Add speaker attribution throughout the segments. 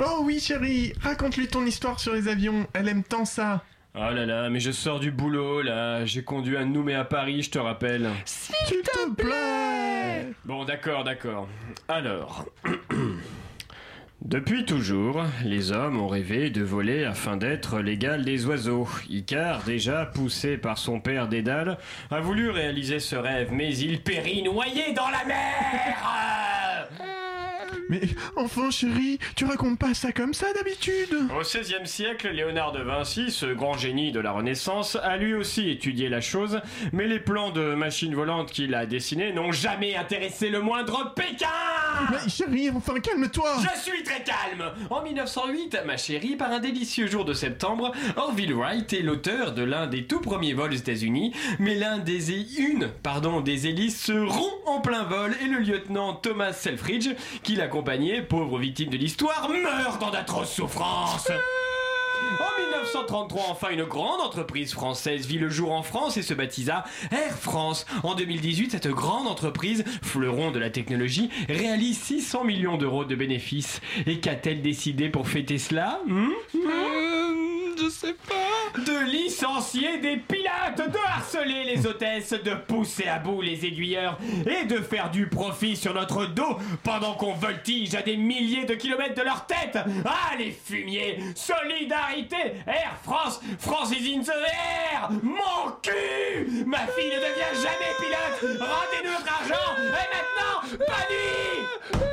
Speaker 1: Oh oui, chérie, raconte-lui ton histoire sur les avions. Elle aime tant ça.
Speaker 2: Oh là là, mais je sors du boulot là, j'ai conduit à Nouméa à Paris, je te rappelle.
Speaker 1: S'il te plaît
Speaker 2: Bon, d'accord, d'accord. Alors. Depuis toujours, les hommes ont rêvé de voler afin d'être l'égal des oiseaux. Icare, déjà poussé par son père Dédale, a voulu réaliser ce rêve, mais il périt noyé dans la mer
Speaker 1: Mais enfin, chérie, tu racontes pas ça comme ça d'habitude.
Speaker 2: Au XVIe siècle, Léonard de Vinci, ce grand génie de la Renaissance, a lui aussi étudié la chose, mais les plans de machines volantes qu'il a dessinés n'ont jamais intéressé le moindre Pékin
Speaker 1: Mais chérie, enfin, calme-toi.
Speaker 2: Je suis très calme En 1908, ma chérie, par un délicieux jour de septembre, Orville Wright est l'auteur de l'un des tout premiers vols aux États-Unis, mais l'un des é- une, pardon, des hélices se rompt en plein vol et le lieutenant Thomas Selfridge, qui l'accompagnait, pauvre victime de l'histoire, meurt dans d'atroces souffrances. En 1933, enfin, une grande entreprise française vit le jour en France et se baptisa Air France. En 2018, cette grande entreprise, fleuron de la technologie, réalise 600 millions d'euros de bénéfices. Et qu'a-t-elle décidé pour fêter cela hmm
Speaker 3: je sais pas.
Speaker 2: de licencier des pilotes, de harceler les hôtesses, de pousser à bout les aiguilleurs et de faire du profit sur notre dos pendant qu'on voltige à des milliers de kilomètres de leur tête. Ah les fumiers, solidarité, Air France, France is in the air, mon cul, ma fille ne devient jamais pilote, rendez-nous notre argent et maintenant, panique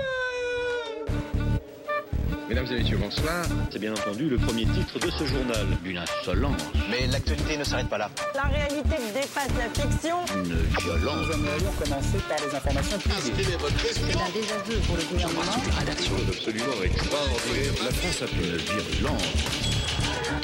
Speaker 4: Mesdames et messieurs, bonsoir.
Speaker 5: C'est bien entendu le premier titre de ce journal. Une insolence,
Speaker 6: Mais l'actualité ne s'arrête pas là.
Speaker 7: La réalité dépasse la fiction.
Speaker 5: une violence.
Speaker 4: Absolument extraordinaire. La France a
Speaker 5: Une virulence.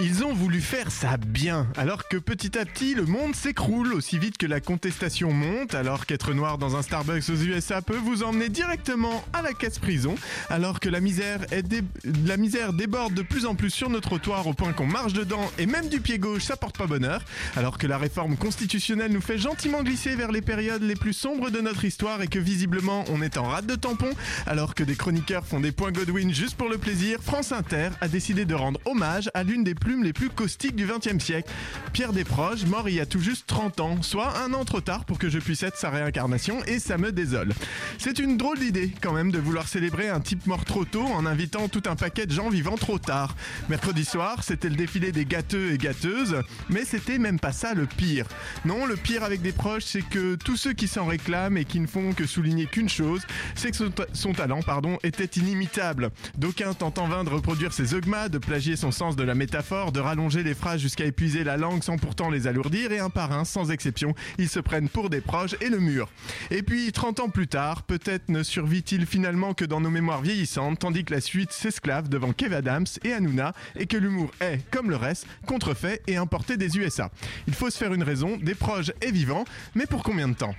Speaker 1: Ils ont voulu faire ça bien, alors que petit à petit le monde s'écroule aussi vite que la contestation monte, alors qu'être noir dans un Starbucks aux USA peut vous emmener directement à la caisse prison, alors que la misère, est dé- la misère déborde de plus en plus sur nos trottoirs au point qu'on marche dedans et même du pied gauche ça porte pas bonheur, alors que la réforme constitutionnelle nous fait gentiment glisser vers les périodes les plus sombres de notre histoire et que visiblement on est en rate de tampon, alors que des chroniqueurs font des points Godwin juste pour le plaisir, France Inter a décidé de rendre hommage à l'une des plumes les plus caustiques du XXe siècle. Pierre Desproges, mort il y a tout juste 30 ans, soit un an trop tard pour que je puisse être sa réincarnation et ça me désole. C'est une drôle d'idée quand même de vouloir célébrer un type mort trop tôt en invitant tout un paquet de gens vivant trop tard. Mercredi soir, c'était le défilé des gâteux et gâteuses, mais c'était même pas ça le pire. Non, le pire avec des proches, c'est que tous ceux qui s'en réclament et qui ne font que souligner qu'une chose, c'est que son, ta- son talent pardon, était inimitable. D'aucuns tentent en vain de reproduire ses dogmas, de plagier son sens de la métaphore, de rallonger les phrases jusqu'à épuiser la langue sans pourtant les alourdir, et un par un, sans exception, ils se prennent pour des proches et le mur. Et puis, 30 ans plus tard, peut-être ne survit-il finalement que dans nos mémoires vieillissantes, tandis que la suite s'esclave devant Kev Adams et Hanouna, et que l'humour est, comme le reste, contrefait et importé des USA. Il faut se faire une raison, des proches et vivants, mais pour combien de temps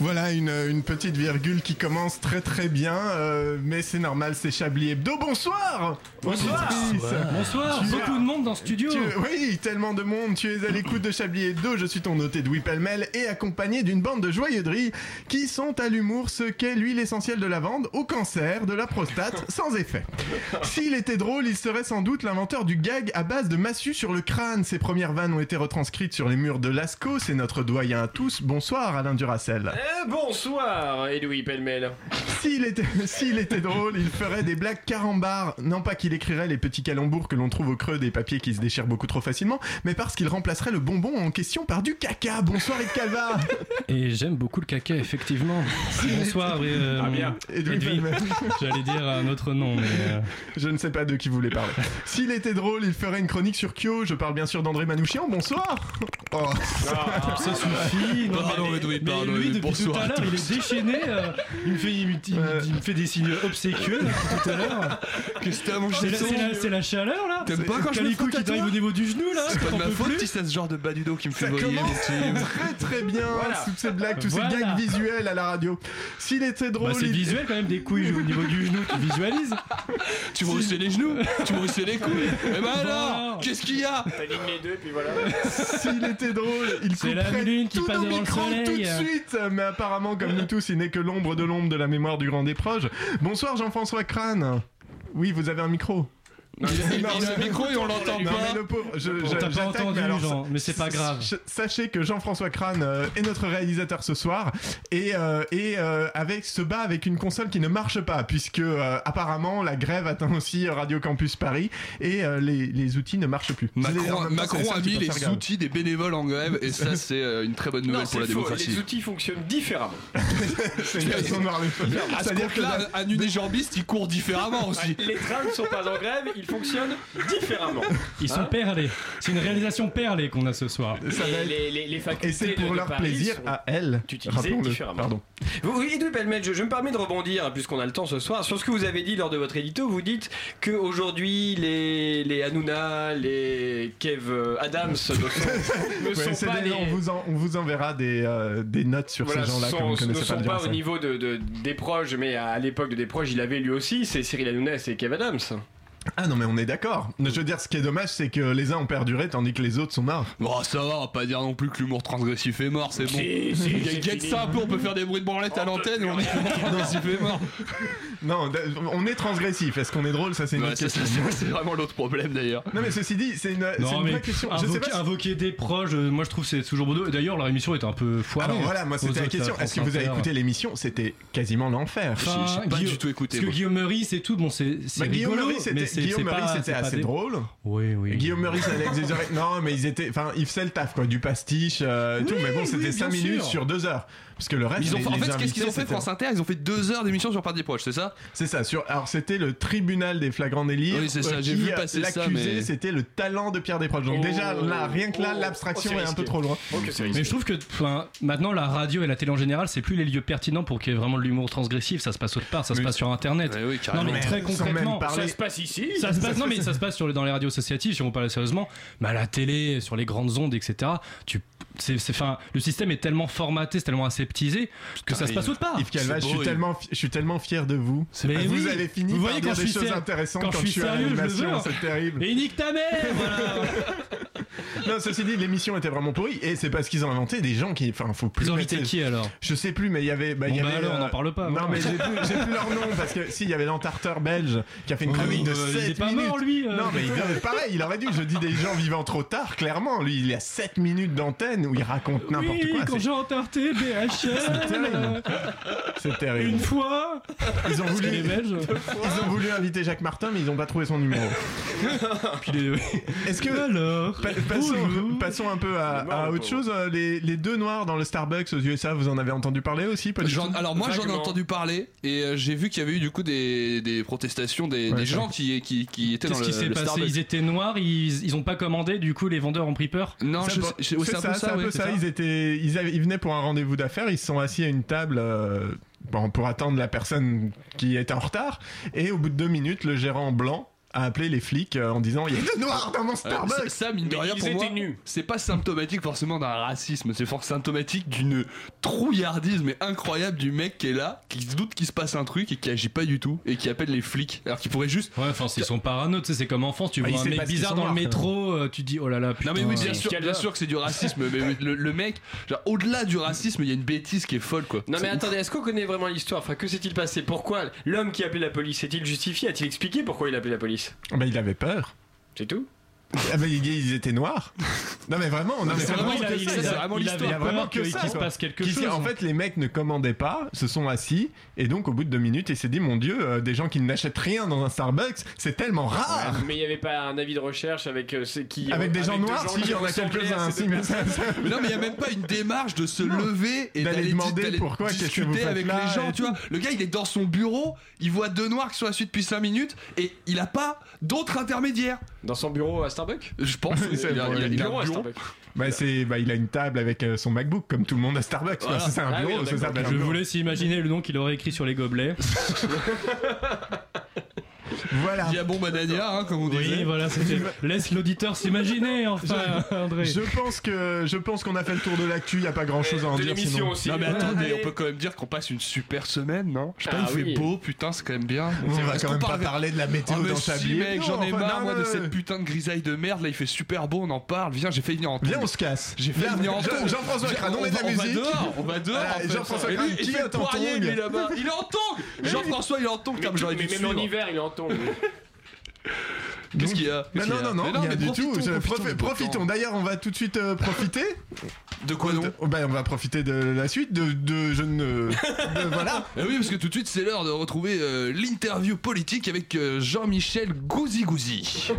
Speaker 1: Voilà une, une petite virgule qui commence très très bien, euh, mais c'est normal, c'est Chablis Hebdo. Bonsoir
Speaker 3: Bonsoir. Bonsoir.
Speaker 1: Tu
Speaker 3: Ah, Beaucoup
Speaker 1: as-
Speaker 3: de monde dans le studio.
Speaker 1: Tu- oui, tellement de monde, tu es à l'écoute de Chablis Hebdo, je suis ton noté de Pelmel et accompagné d'une bande de joyeux de riz qui sont à l'humour ce qu'est l'huile essentielle de lavande au cancer, de la prostate, sans effet. S'il était drôle, il serait sans doute l'inventeur du gag à base de massue sur le crâne. Ses premières vannes ont été retranscrites sur les murs de Lascaux, c'est notre doyen à tous. Bonsoir Alain Duracel.
Speaker 2: Eh, bonsoir, Edoui Pellemel.
Speaker 1: S'il était, s'il était drôle, il ferait des blagues carambars. Non pas qu'il écrirait les petits calembours que l'on trouve au creux des papiers qui se déchirent beaucoup trop facilement, mais parce qu'il remplacerait le bonbon en question par du caca. Bonsoir Yves Calva
Speaker 3: Et j'aime beaucoup le caca, effectivement. Bonsoir. et, euh,
Speaker 2: Ah, bien.
Speaker 1: Edwin
Speaker 3: Edwin.
Speaker 1: Palmer.
Speaker 3: J'allais dire un autre nom, mais. euh,
Speaker 1: Je ne sais pas de qui vous voulez parler. S'il était drôle, il ferait une chronique sur Kyo. Je parle bien sûr d'André Manouchian. Bonsoir Oh,
Speaker 3: Ça suffit. Non,
Speaker 2: Pardon,
Speaker 3: mais-
Speaker 2: Edoui,
Speaker 3: mais lui, depuis tout
Speaker 1: Bonsoir
Speaker 3: à
Speaker 1: à
Speaker 3: l'heure, il
Speaker 1: tous.
Speaker 3: est déchaîné. euh, il, me fait, il, me, il
Speaker 1: Euh,
Speaker 3: me- il me fait des signes obséquieux là, depuis tout à l'heure.
Speaker 8: Qu'est-ce que t'as à manger
Speaker 3: C'est la,
Speaker 8: ton
Speaker 3: c'est la- c'est la chaleur là.
Speaker 8: T'aimes pas quand je me
Speaker 3: Calico
Speaker 8: frotte à
Speaker 3: qui
Speaker 8: toi
Speaker 3: drive au niveau du genou là.
Speaker 8: C'est pas de
Speaker 3: t'en
Speaker 8: ma
Speaker 3: peux
Speaker 8: faute
Speaker 3: plus.
Speaker 8: si c'est ce genre de bas du dos qui me fait
Speaker 1: Ça
Speaker 8: voler. mon
Speaker 1: commence
Speaker 8: petit.
Speaker 1: très très bien
Speaker 9: Voilà.
Speaker 1: toutes ces blagues, tous ces
Speaker 3: Voilà.
Speaker 1: gags visuels à la radio. S'il était drôle,
Speaker 3: Bah, c'est
Speaker 1: il-
Speaker 3: visuel quand même des couilles au niveau du genou, tu visualises.
Speaker 8: Tu m'as haussé les genoux, tu m'as haussé les couilles. Eh ben alors,
Speaker 3: alors.
Speaker 8: qu'est-ce qu'il y a
Speaker 9: T'alignes les E deux, puis voilà.
Speaker 1: s'il était drôle, il
Speaker 3: C'est la
Speaker 1: couperait
Speaker 3: lune qui
Speaker 1: tous
Speaker 3: passe
Speaker 1: nos
Speaker 3: devant le
Speaker 1: micros
Speaker 3: soleil.
Speaker 1: tout de suite. Mais apparemment, comme nous tous, il n'est que l'ombre de l'ombre de la mémoire du grand des proches. Bonsoir Jean-François Crane. Oui, vous avez un micro.
Speaker 8: Il a il
Speaker 1: Non,
Speaker 8: a le
Speaker 1: mais-
Speaker 8: micro et on l'entend
Speaker 1: Non mais
Speaker 8: pas.
Speaker 1: le pauvre, je, je-
Speaker 3: On t'a pas
Speaker 1: j'attaque,
Speaker 3: entendu,
Speaker 1: mais alors,
Speaker 3: Jean, mais c'est pas grave.
Speaker 1: Ch- Sachez que Jean-François Crane euh, est notre réalisateur ce soir et, euh, et euh, avec se bat avec une console qui ne marche pas puisque euh, apparemment la grève atteint aussi Radio Campus Paris et euh, les, les outils ne marchent plus. C'est- en
Speaker 8: Macron,
Speaker 1: même temps,
Speaker 8: Macron
Speaker 1: c'est ça
Speaker 8: a
Speaker 1: qui
Speaker 8: mis
Speaker 1: peut faire
Speaker 8: les
Speaker 1: gaffe.
Speaker 8: outils des bénévoles en grève et ça c'est euh, une très bonne nouvelle
Speaker 9: Non,
Speaker 8: pour
Speaker 9: c'est
Speaker 8: la
Speaker 9: faux, les
Speaker 8: démocratie.
Speaker 9: outils fonctionnent différemment.
Speaker 1: C'est une façon de voir les choses.
Speaker 8: À ce
Speaker 1: C'est-à-dire que la-
Speaker 8: compte-là, un unijambiste il court différemment aussi.
Speaker 9: Les trains ne sont pas en grève, ils fonctionnent différemment.
Speaker 3: Ils sont
Speaker 9: Hein
Speaker 3: perlés. C'est une réalisation perlée qu'on a ce soir.
Speaker 1: ça va
Speaker 9: Et
Speaker 1: être-
Speaker 9: les, les- les facultés
Speaker 1: et c'est
Speaker 9: de-
Speaker 1: pour
Speaker 9: de
Speaker 1: leur
Speaker 9: Paris
Speaker 1: plaisir
Speaker 9: sont-
Speaker 1: à elles.
Speaker 9: utilisées
Speaker 1: Rappelons-le.
Speaker 9: différemment.
Speaker 1: Pardon.
Speaker 9: Vous- Oui, Edoui Pelmel, je, je me permets de rebondir, hein, puisqu'on a le temps ce soir, sur ce que vous avez dit lors de votre édito. Vous dites qu'aujourd'hui, les, les Hanouna, les Kev euh, Adams ne sont, ne
Speaker 1: Ouais,
Speaker 9: sont
Speaker 1: c'est
Speaker 9: pas,
Speaker 1: des-
Speaker 9: les-
Speaker 1: on, vous en, on vous enverra des, euh, des notes sur
Speaker 9: voilà,
Speaker 1: ces gens-là
Speaker 9: sont-
Speaker 1: que vous ne
Speaker 9: ne
Speaker 1: connaissez pas
Speaker 9: sont
Speaker 1: bien.
Speaker 9: pas au niveau de, de- des proches, mais à, à l'époque de des proches, il avait lui aussi, c'est Cyril Hanouna et c'est Kev Adams.
Speaker 1: Ah non mais on est d'accord.
Speaker 9: Mm.
Speaker 1: Je veux dire ce qui est dommage c'est que les uns ont perduré tandis que les autres sont morts.
Speaker 8: Bon, ça va, on va pas dire non plus que l'humour transgressif est mort, c'est bon. Gagne ça un peu, on peut faire des bruits de branlette à l'antenne et on dit que l'humour transgressif est mort.
Speaker 1: Non, d- on est transgressif. Est-ce qu'on est drôle Ça, c'est une
Speaker 8: Ouais,
Speaker 1: autre
Speaker 8: c'est-
Speaker 1: question.
Speaker 8: c'est c'est vraiment l'autre problème d'ailleurs.
Speaker 1: Non, mais ceci dit, c'est une, c'est
Speaker 3: Non,
Speaker 1: une
Speaker 3: mais
Speaker 1: vraie question. Je sais
Speaker 3: invoquer,
Speaker 1: pas. si-
Speaker 3: invoquer des proches, euh, moi je trouve c'est toujours bon. D'ailleurs, leur émission était un peu foirée.
Speaker 1: Alors Ah, voilà, moi, c'était
Speaker 3: Aux
Speaker 1: la
Speaker 3: autres,
Speaker 1: question.
Speaker 3: à
Speaker 1: Est-ce que
Speaker 3: France
Speaker 1: vous avez
Speaker 3: Inter.
Speaker 1: écouté l'émission C'était quasiment l'enfer.
Speaker 3: Enfin,
Speaker 8: J'ai j'ai pas
Speaker 3: Guillaume-
Speaker 8: du tout écouté.
Speaker 3: Parce que
Speaker 8: moi.
Speaker 3: Guillaume Meurice et tout, bon, c'est c'est
Speaker 1: Bah, Guillaume
Speaker 3: rigolo,
Speaker 1: Meurice,
Speaker 3: mais
Speaker 1: c'était
Speaker 3: c'est
Speaker 1: Guillaume
Speaker 3: c'est
Speaker 1: Meurice,
Speaker 3: pas-
Speaker 1: c'était
Speaker 3: c'est pas
Speaker 1: assez
Speaker 3: des-
Speaker 1: drôle.
Speaker 3: Oui, oui.
Speaker 1: Guillaume Meurice, Alex Désiré. Non, mais ils étaient. Enfin, ils faisaient le taf, quoi. Du pastiche, euh, et tout.
Speaker 3: Oui,
Speaker 1: Mais bon,
Speaker 3: oui,
Speaker 1: c'était
Speaker 3: bien
Speaker 1: 5
Speaker 3: sûr.
Speaker 1: minutes sur 2 heures. Parce que le reste,
Speaker 8: Ils ont
Speaker 1: les-
Speaker 8: fait- en
Speaker 1: les
Speaker 8: fait, qu'est-ce qu'ils ont
Speaker 1: invités,
Speaker 8: fait
Speaker 1: c'était-
Speaker 8: France Inter Ils ont fait deux heures d'émission sur Parti des Proches, c'est ça
Speaker 1: C'est ça. Sur, alors c'était le tribunal des flagrants délires.
Speaker 8: Oui, c'est ça, j'ai
Speaker 1: qui,
Speaker 8: vu
Speaker 1: euh,
Speaker 8: passer ça,
Speaker 1: L'accusé,
Speaker 8: mais-
Speaker 1: c'était le talent de Pierre Desproges. Donc
Speaker 9: Oh,
Speaker 1: déjà, là, rien que là,
Speaker 9: oh,
Speaker 1: l'abstraction
Speaker 9: oh, c'est
Speaker 1: est un peu
Speaker 9: risqué.
Speaker 1: trop loin.
Speaker 9: Ok, c'est
Speaker 3: Mais je trouve que enfin, maintenant la radio et la télé en général, c'est plus les lieux pertinents pour qu'il y ait vraiment de l'humour transgressif. Ça se passe autre part, ça se
Speaker 1: Mais-
Speaker 3: passe sur internet.
Speaker 8: Ouais, oui,
Speaker 3: non,
Speaker 8: carrément.
Speaker 3: mais
Speaker 1: Mais
Speaker 3: très
Speaker 1: sans même
Speaker 3: concrètement,
Speaker 1: parler-
Speaker 9: Ça se passe ici.
Speaker 3: Ça se passe, non mais ça se passe sur les- dans les radios associatives, si on parle sérieusement, mais à la télé, sur les grandes ondes, etc. Tu, c'est, c'est, enfin, le système est tellement formaté, c'est tellement aseptisé que ça se passe autre part.
Speaker 1: Yves Calva, je
Speaker 8: Ah, beau,
Speaker 1: suis,
Speaker 8: Yves.
Speaker 1: tellement, fi- je suis tellement fier de vous.
Speaker 3: Mais
Speaker 1: vous
Speaker 3: oui.
Speaker 1: avez fini
Speaker 3: Vous
Speaker 1: par
Speaker 3: voyez,
Speaker 1: dire
Speaker 3: quand je
Speaker 1: des
Speaker 3: suis
Speaker 1: choses
Speaker 3: ser-
Speaker 1: intéressantes
Speaker 3: quand
Speaker 1: quand,
Speaker 3: je
Speaker 1: tu
Speaker 3: suis
Speaker 1: suis à
Speaker 3: sérieux, je le
Speaker 1: l'animation,
Speaker 3: veux.
Speaker 1: c'est terrible.
Speaker 3: Et nique ta mère, voilà.
Speaker 1: Non, ceci dit, l'émission était vraiment pourrie et c'est parce qu'ils ont inventé des gens qui. Enfin, faut plus.
Speaker 3: Ils ont invité
Speaker 1: mettre-
Speaker 3: qui alors
Speaker 1: Je sais plus, mais il y avait. Bah, il y
Speaker 3: Bon, bah
Speaker 1: avait
Speaker 3: alors, on
Speaker 1: euh,
Speaker 3: n'en parle pas,
Speaker 1: Non,
Speaker 3: voilà.
Speaker 1: mais j'ai plus, j'ai plus leur nom parce que si, il y avait l'entarteur belge qui a fait une chronique de
Speaker 3: Euh,
Speaker 1: 7
Speaker 3: Il est pas
Speaker 1: minutes.
Speaker 3: mort lui. euh.
Speaker 1: Non, mais il- pareil, il aurait dû. Je dis des gens vivant trop tard, clairement. Lui, il a 7 minutes d'antenne où il raconte n'importe
Speaker 3: oui,
Speaker 1: quoi.
Speaker 3: quand
Speaker 1: c'est-
Speaker 3: j'ai entarté BHL,
Speaker 1: terrible. C'est terrible.
Speaker 3: euh, une fois.
Speaker 1: Ils ont,
Speaker 3: Parce que
Speaker 1: voulu,
Speaker 3: les Belges.
Speaker 1: ils ont voulu inviter Jacques Martin, mais ils n'ont pas trouvé son numéro.
Speaker 3: Puis les-
Speaker 1: Est-ce que.
Speaker 3: Alors.
Speaker 1: Pa- passons,
Speaker 3: Bonjour.
Speaker 1: passons un peu
Speaker 9: Il
Speaker 1: à,
Speaker 9: est mort,
Speaker 1: à
Speaker 9: le
Speaker 1: autre
Speaker 9: pauvre.
Speaker 1: chose. euh, Les, les deux noirs dans le Starbucks aux USA, vous en avez entendu parler aussi pas du
Speaker 8: J'en-
Speaker 1: tout
Speaker 8: alors moi j'en ai
Speaker 9: Vaguement.
Speaker 8: entendu parler et euh, j'ai vu qu'il y avait eu du coup des, des protestations des,
Speaker 1: Ouais,
Speaker 8: des
Speaker 1: ça.
Speaker 8: gens qui, qui, qui étaient dans
Speaker 3: Qu'est-ce
Speaker 8: le,
Speaker 3: qui s'est
Speaker 8: le
Speaker 3: passé
Speaker 8: Starbucks.
Speaker 3: Ils étaient noirs, ils, ils ont pas commandé, du coup les vendeurs ont pris peur.
Speaker 8: ah Non,
Speaker 1: C'est
Speaker 8: je-
Speaker 1: bon,
Speaker 8: je- c'est un peu
Speaker 1: c'est
Speaker 8: ça. ouais, c'est ça.
Speaker 1: Ils, étaient, ils, avaient- ils venaient pour un rendez-vous d'affaires, ils se sont assis à une table euh, bon, pour attendre la personne qui était en retard. Et au bout de deux minutes, le gérant blanc a appelé les flics euh, en disant Il y a deux noirs dans mon
Speaker 8: Euh,
Speaker 1: Starbucks
Speaker 8: ça- ça, mine de
Speaker 9: Mais
Speaker 8: rien,
Speaker 9: ils
Speaker 8: pour moi,
Speaker 9: étaient nus.
Speaker 8: c'est pas symptomatique forcément d'un racisme, c'est fort symptomatique d'une trouillardise mais incroyable du mec qui est là, qui se doute qu'il se passe un truc et qui agit pas du tout et qui appelle les flics. Alors qu'il pourrait juste.
Speaker 3: Ouais, enfin, ils sont parano, tu sais, c'est comme en France, tu
Speaker 1: Ah,
Speaker 3: vois
Speaker 1: il
Speaker 3: un
Speaker 1: sait pas
Speaker 3: mec
Speaker 1: ce qu'ils
Speaker 3: bizarre
Speaker 1: sont
Speaker 3: dans le
Speaker 1: noirs,
Speaker 3: métro, euh, tu te dis oh là là, putain.
Speaker 8: Non mais oui, bien
Speaker 3: euh,
Speaker 8: sûr,
Speaker 9: Calva.
Speaker 8: bien sûr que c'est du racisme, mais, mais le, le mec, genre, au-delà du racisme, il y a une bêtise qui est folle quoi.
Speaker 9: Non mais
Speaker 8: C'est
Speaker 9: attendez, est-ce qu'on connaît vraiment l'histoire Enfin, que s'est-il passé Pourquoi l'homme qui appelait la police est-il justifié A-t-il expliqué pourquoi il appelait la police
Speaker 1: Ah bah, Il avait peur.
Speaker 9: C'est tout
Speaker 1: Ah bah, ils, ils étaient noirs. Non, mais vraiment, non, mais
Speaker 8: c'est
Speaker 1: c'est
Speaker 8: vraiment
Speaker 1: vraiment
Speaker 8: il a-
Speaker 1: que ça. Il
Speaker 8: il a-
Speaker 1: y a-
Speaker 8: vraiment
Speaker 3: il
Speaker 8: l'histoire.
Speaker 3: avait
Speaker 1: Vraiment
Speaker 3: peur
Speaker 1: que
Speaker 3: que-
Speaker 1: ça,
Speaker 3: qu'il se
Speaker 1: quoi.
Speaker 3: passe quelque
Speaker 1: Qui
Speaker 3: chose.
Speaker 1: s'est- en fait, les mecs ne commandaient pas, se sont assis, et donc au bout de deux minutes, il s'est dit Mon Dieu, euh, des gens qui n'achètent rien dans un Starbucks, c'est tellement rare
Speaker 9: Ah, Mais il n'y avait pas un avis de recherche avec euh, c'est qui
Speaker 1: Avec des gens noirs, si,
Speaker 9: s'il
Speaker 1: il y en a quelques-uns. si, mais ça- ça-
Speaker 8: Mais non, mais il y a même pas une démarche de se lever et
Speaker 1: D'aller
Speaker 8: d'aller
Speaker 1: demander
Speaker 8: d'aller
Speaker 1: pourquoi, qu'est-ce que
Speaker 8: discuter
Speaker 1: vous faites
Speaker 8: avec
Speaker 1: là
Speaker 8: les gens,
Speaker 1: et
Speaker 8: tu vois. Le gars, il est dans son bureau, il voit deux noirs qui sont assis depuis 5 minutes et il a pas d'autre intermédiaire.
Speaker 9: Dans son bureau à Starbucks
Speaker 8: Je pense
Speaker 1: C'est
Speaker 8: il a,
Speaker 1: bon,
Speaker 8: il a- hein,
Speaker 1: il
Speaker 8: il a
Speaker 1: est
Speaker 8: un
Speaker 9: Bureau à
Speaker 8: bureau.
Speaker 9: Starbucks.
Speaker 1: Bah, c'est, bah, il a une table avec euh, son MacBook, comme tout le monde à Starbucks. quoi.
Speaker 8: Voilà.
Speaker 1: C'est un
Speaker 9: Ah
Speaker 1: bureau,
Speaker 9: oui,
Speaker 1: ça s'appelle un
Speaker 3: Je
Speaker 1: bureau.
Speaker 3: vous laisse imaginer le nom qu'il aurait écrit sur les gobelets.
Speaker 1: Voilà.
Speaker 8: Il y a bon banania, hein, comme on
Speaker 3: Oui,
Speaker 8: disait.
Speaker 3: voilà, c'était. Laisse l'auditeur s'imaginer, enfin, André.
Speaker 1: Je pense que je pense qu'on a fait le tour de l'actu. Il y a pas grand chose à en
Speaker 9: De
Speaker 1: dire.
Speaker 9: l'émission
Speaker 1: Sinon,
Speaker 9: aussi.
Speaker 8: Non mais
Speaker 9: Ouais,
Speaker 8: attendez,
Speaker 9: allez.
Speaker 8: on peut quand même dire qu'on passe une super semaine, non Je sais pas,
Speaker 9: Ah
Speaker 8: il
Speaker 9: oui.
Speaker 8: fait beau, putain, c'est quand même bien.
Speaker 1: on va
Speaker 8: Est-ce
Speaker 1: quand
Speaker 8: qu'on
Speaker 1: même pas
Speaker 8: parle vers-
Speaker 1: parler de la
Speaker 8: Ah
Speaker 1: météo
Speaker 8: mais
Speaker 1: Ah, dans
Speaker 8: si,
Speaker 1: sa vie.
Speaker 8: mec,
Speaker 1: Non,
Speaker 8: j'en ai
Speaker 1: enfin,
Speaker 8: marre
Speaker 1: non,
Speaker 8: moi
Speaker 1: non,
Speaker 8: de
Speaker 1: non.
Speaker 8: cette putain de grisaille de merde, là il fait super beau, on en parle, viens, j'ai failli venir en
Speaker 1: Viens,
Speaker 8: tongs.
Speaker 1: on se casse.
Speaker 8: J'ai failli
Speaker 1: Viens,
Speaker 8: venir en
Speaker 1: Jean-
Speaker 8: tongs.
Speaker 1: Jean-François
Speaker 8: Viens,
Speaker 1: Crane, on
Speaker 8: on
Speaker 1: met de
Speaker 8: va-
Speaker 1: la
Speaker 8: on va
Speaker 1: musique.
Speaker 8: dehors, on va dehors.
Speaker 1: Voilà,
Speaker 8: en fait.
Speaker 1: Jean-François
Speaker 8: Et lui,
Speaker 1: Crane,
Speaker 8: il
Speaker 1: qui
Speaker 8: fait
Speaker 1: est en
Speaker 8: poirier,
Speaker 1: tongs.
Speaker 8: lui, là-bas. Il est en tongs Jean-François, il est en tongs,
Speaker 9: Mais,
Speaker 8: comme j'aurais dû
Speaker 9: mais
Speaker 8: le
Speaker 9: même en
Speaker 8: suivre.
Speaker 9: hiver, il est en tongs.
Speaker 8: Qu'est-ce qu'il y a
Speaker 1: Non,
Speaker 8: Qu'est-ce qu'il
Speaker 1: non,
Speaker 8: y a
Speaker 1: non,
Speaker 8: Mais
Speaker 1: non, rien
Speaker 8: mais
Speaker 1: du tout.
Speaker 8: profitons,
Speaker 1: Je-
Speaker 8: profitons
Speaker 1: profi-
Speaker 8: du beau
Speaker 1: Profitons.
Speaker 8: temps.
Speaker 1: D'ailleurs, on va tout de suite euh, profiter.
Speaker 8: De quoi donc
Speaker 1: Oh, bah, on va profiter de la suite de, de je ne. de- voilà.
Speaker 8: Eh oui, parce que tout de suite, c'est l'heure de retrouver euh, l'interview politique avec euh, Jean-Michel Gouzi-Gouzi.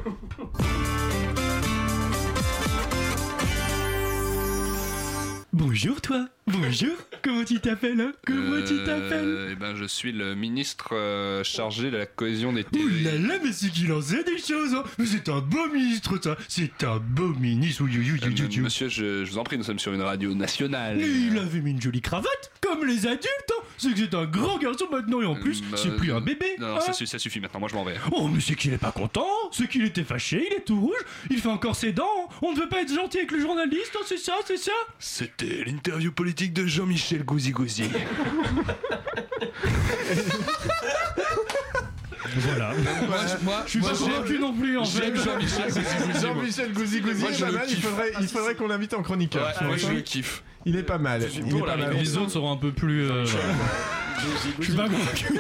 Speaker 3: Bonjour, toi. Bonjour. Comment tu t'appelles hein? Comment tu t'appelles
Speaker 8: Eh ben, je suis le ministre euh, chargé de la cohésion des
Speaker 3: Ouh
Speaker 8: territoires.
Speaker 3: là là, mais c'est qu'il en sait des choses, hein. Mais c'est un beau ministre, ça C'est un beau ministre, ouh, ouh, ouh,
Speaker 8: Euh,
Speaker 3: ouh, ouh, ouh.
Speaker 8: Monsieur, je, je vous en prie, nous sommes sur une radio nationale.
Speaker 3: Mais il avait mis une jolie cravate, comme les adultes, hein. C'est que c'est un grand garçon maintenant, et en plus,
Speaker 8: Euh,
Speaker 3: c'est plus un bébé,
Speaker 8: Non, non,
Speaker 3: hein.
Speaker 8: ça, su- ça suffit maintenant, moi je m'en vais.
Speaker 3: Oh, mais c'est qu'il est pas content, c'est qu'il était fâché, il est tout rouge, il fait encore ses dents, on ne veut pas être gentil avec le journaliste, hein, c'est ça, c'est ça
Speaker 8: C'était l'interview politique de Jean-Michel Gouzi-Gouzi.
Speaker 3: Voilà.
Speaker 8: moi, je- moi,
Speaker 3: Je suis
Speaker 8: moi,
Speaker 3: pas
Speaker 8: j'aime-
Speaker 3: convaincu non plus, en fait.
Speaker 8: J'aime Jean-Michel Gouzi-Gouzi. moi.
Speaker 1: Jean-Michel Gouzi Gouzi
Speaker 8: Moi,
Speaker 1: est
Speaker 8: je
Speaker 1: pas
Speaker 8: le
Speaker 1: mal. Il
Speaker 8: kiffe. Ah,
Speaker 1: faudrait, il faudrait qu'on l'invite en
Speaker 8: Ouais,
Speaker 1: chroniqueur.
Speaker 8: moi je le kiffe.
Speaker 1: Il est pas mal.
Speaker 9: Je suis
Speaker 1: Il
Speaker 9: pour
Speaker 1: est pas
Speaker 9: la
Speaker 8: Bah,
Speaker 1: mal.
Speaker 9: réponse.
Speaker 3: autres seront un peu plus... euh, Je suis pas convaincu.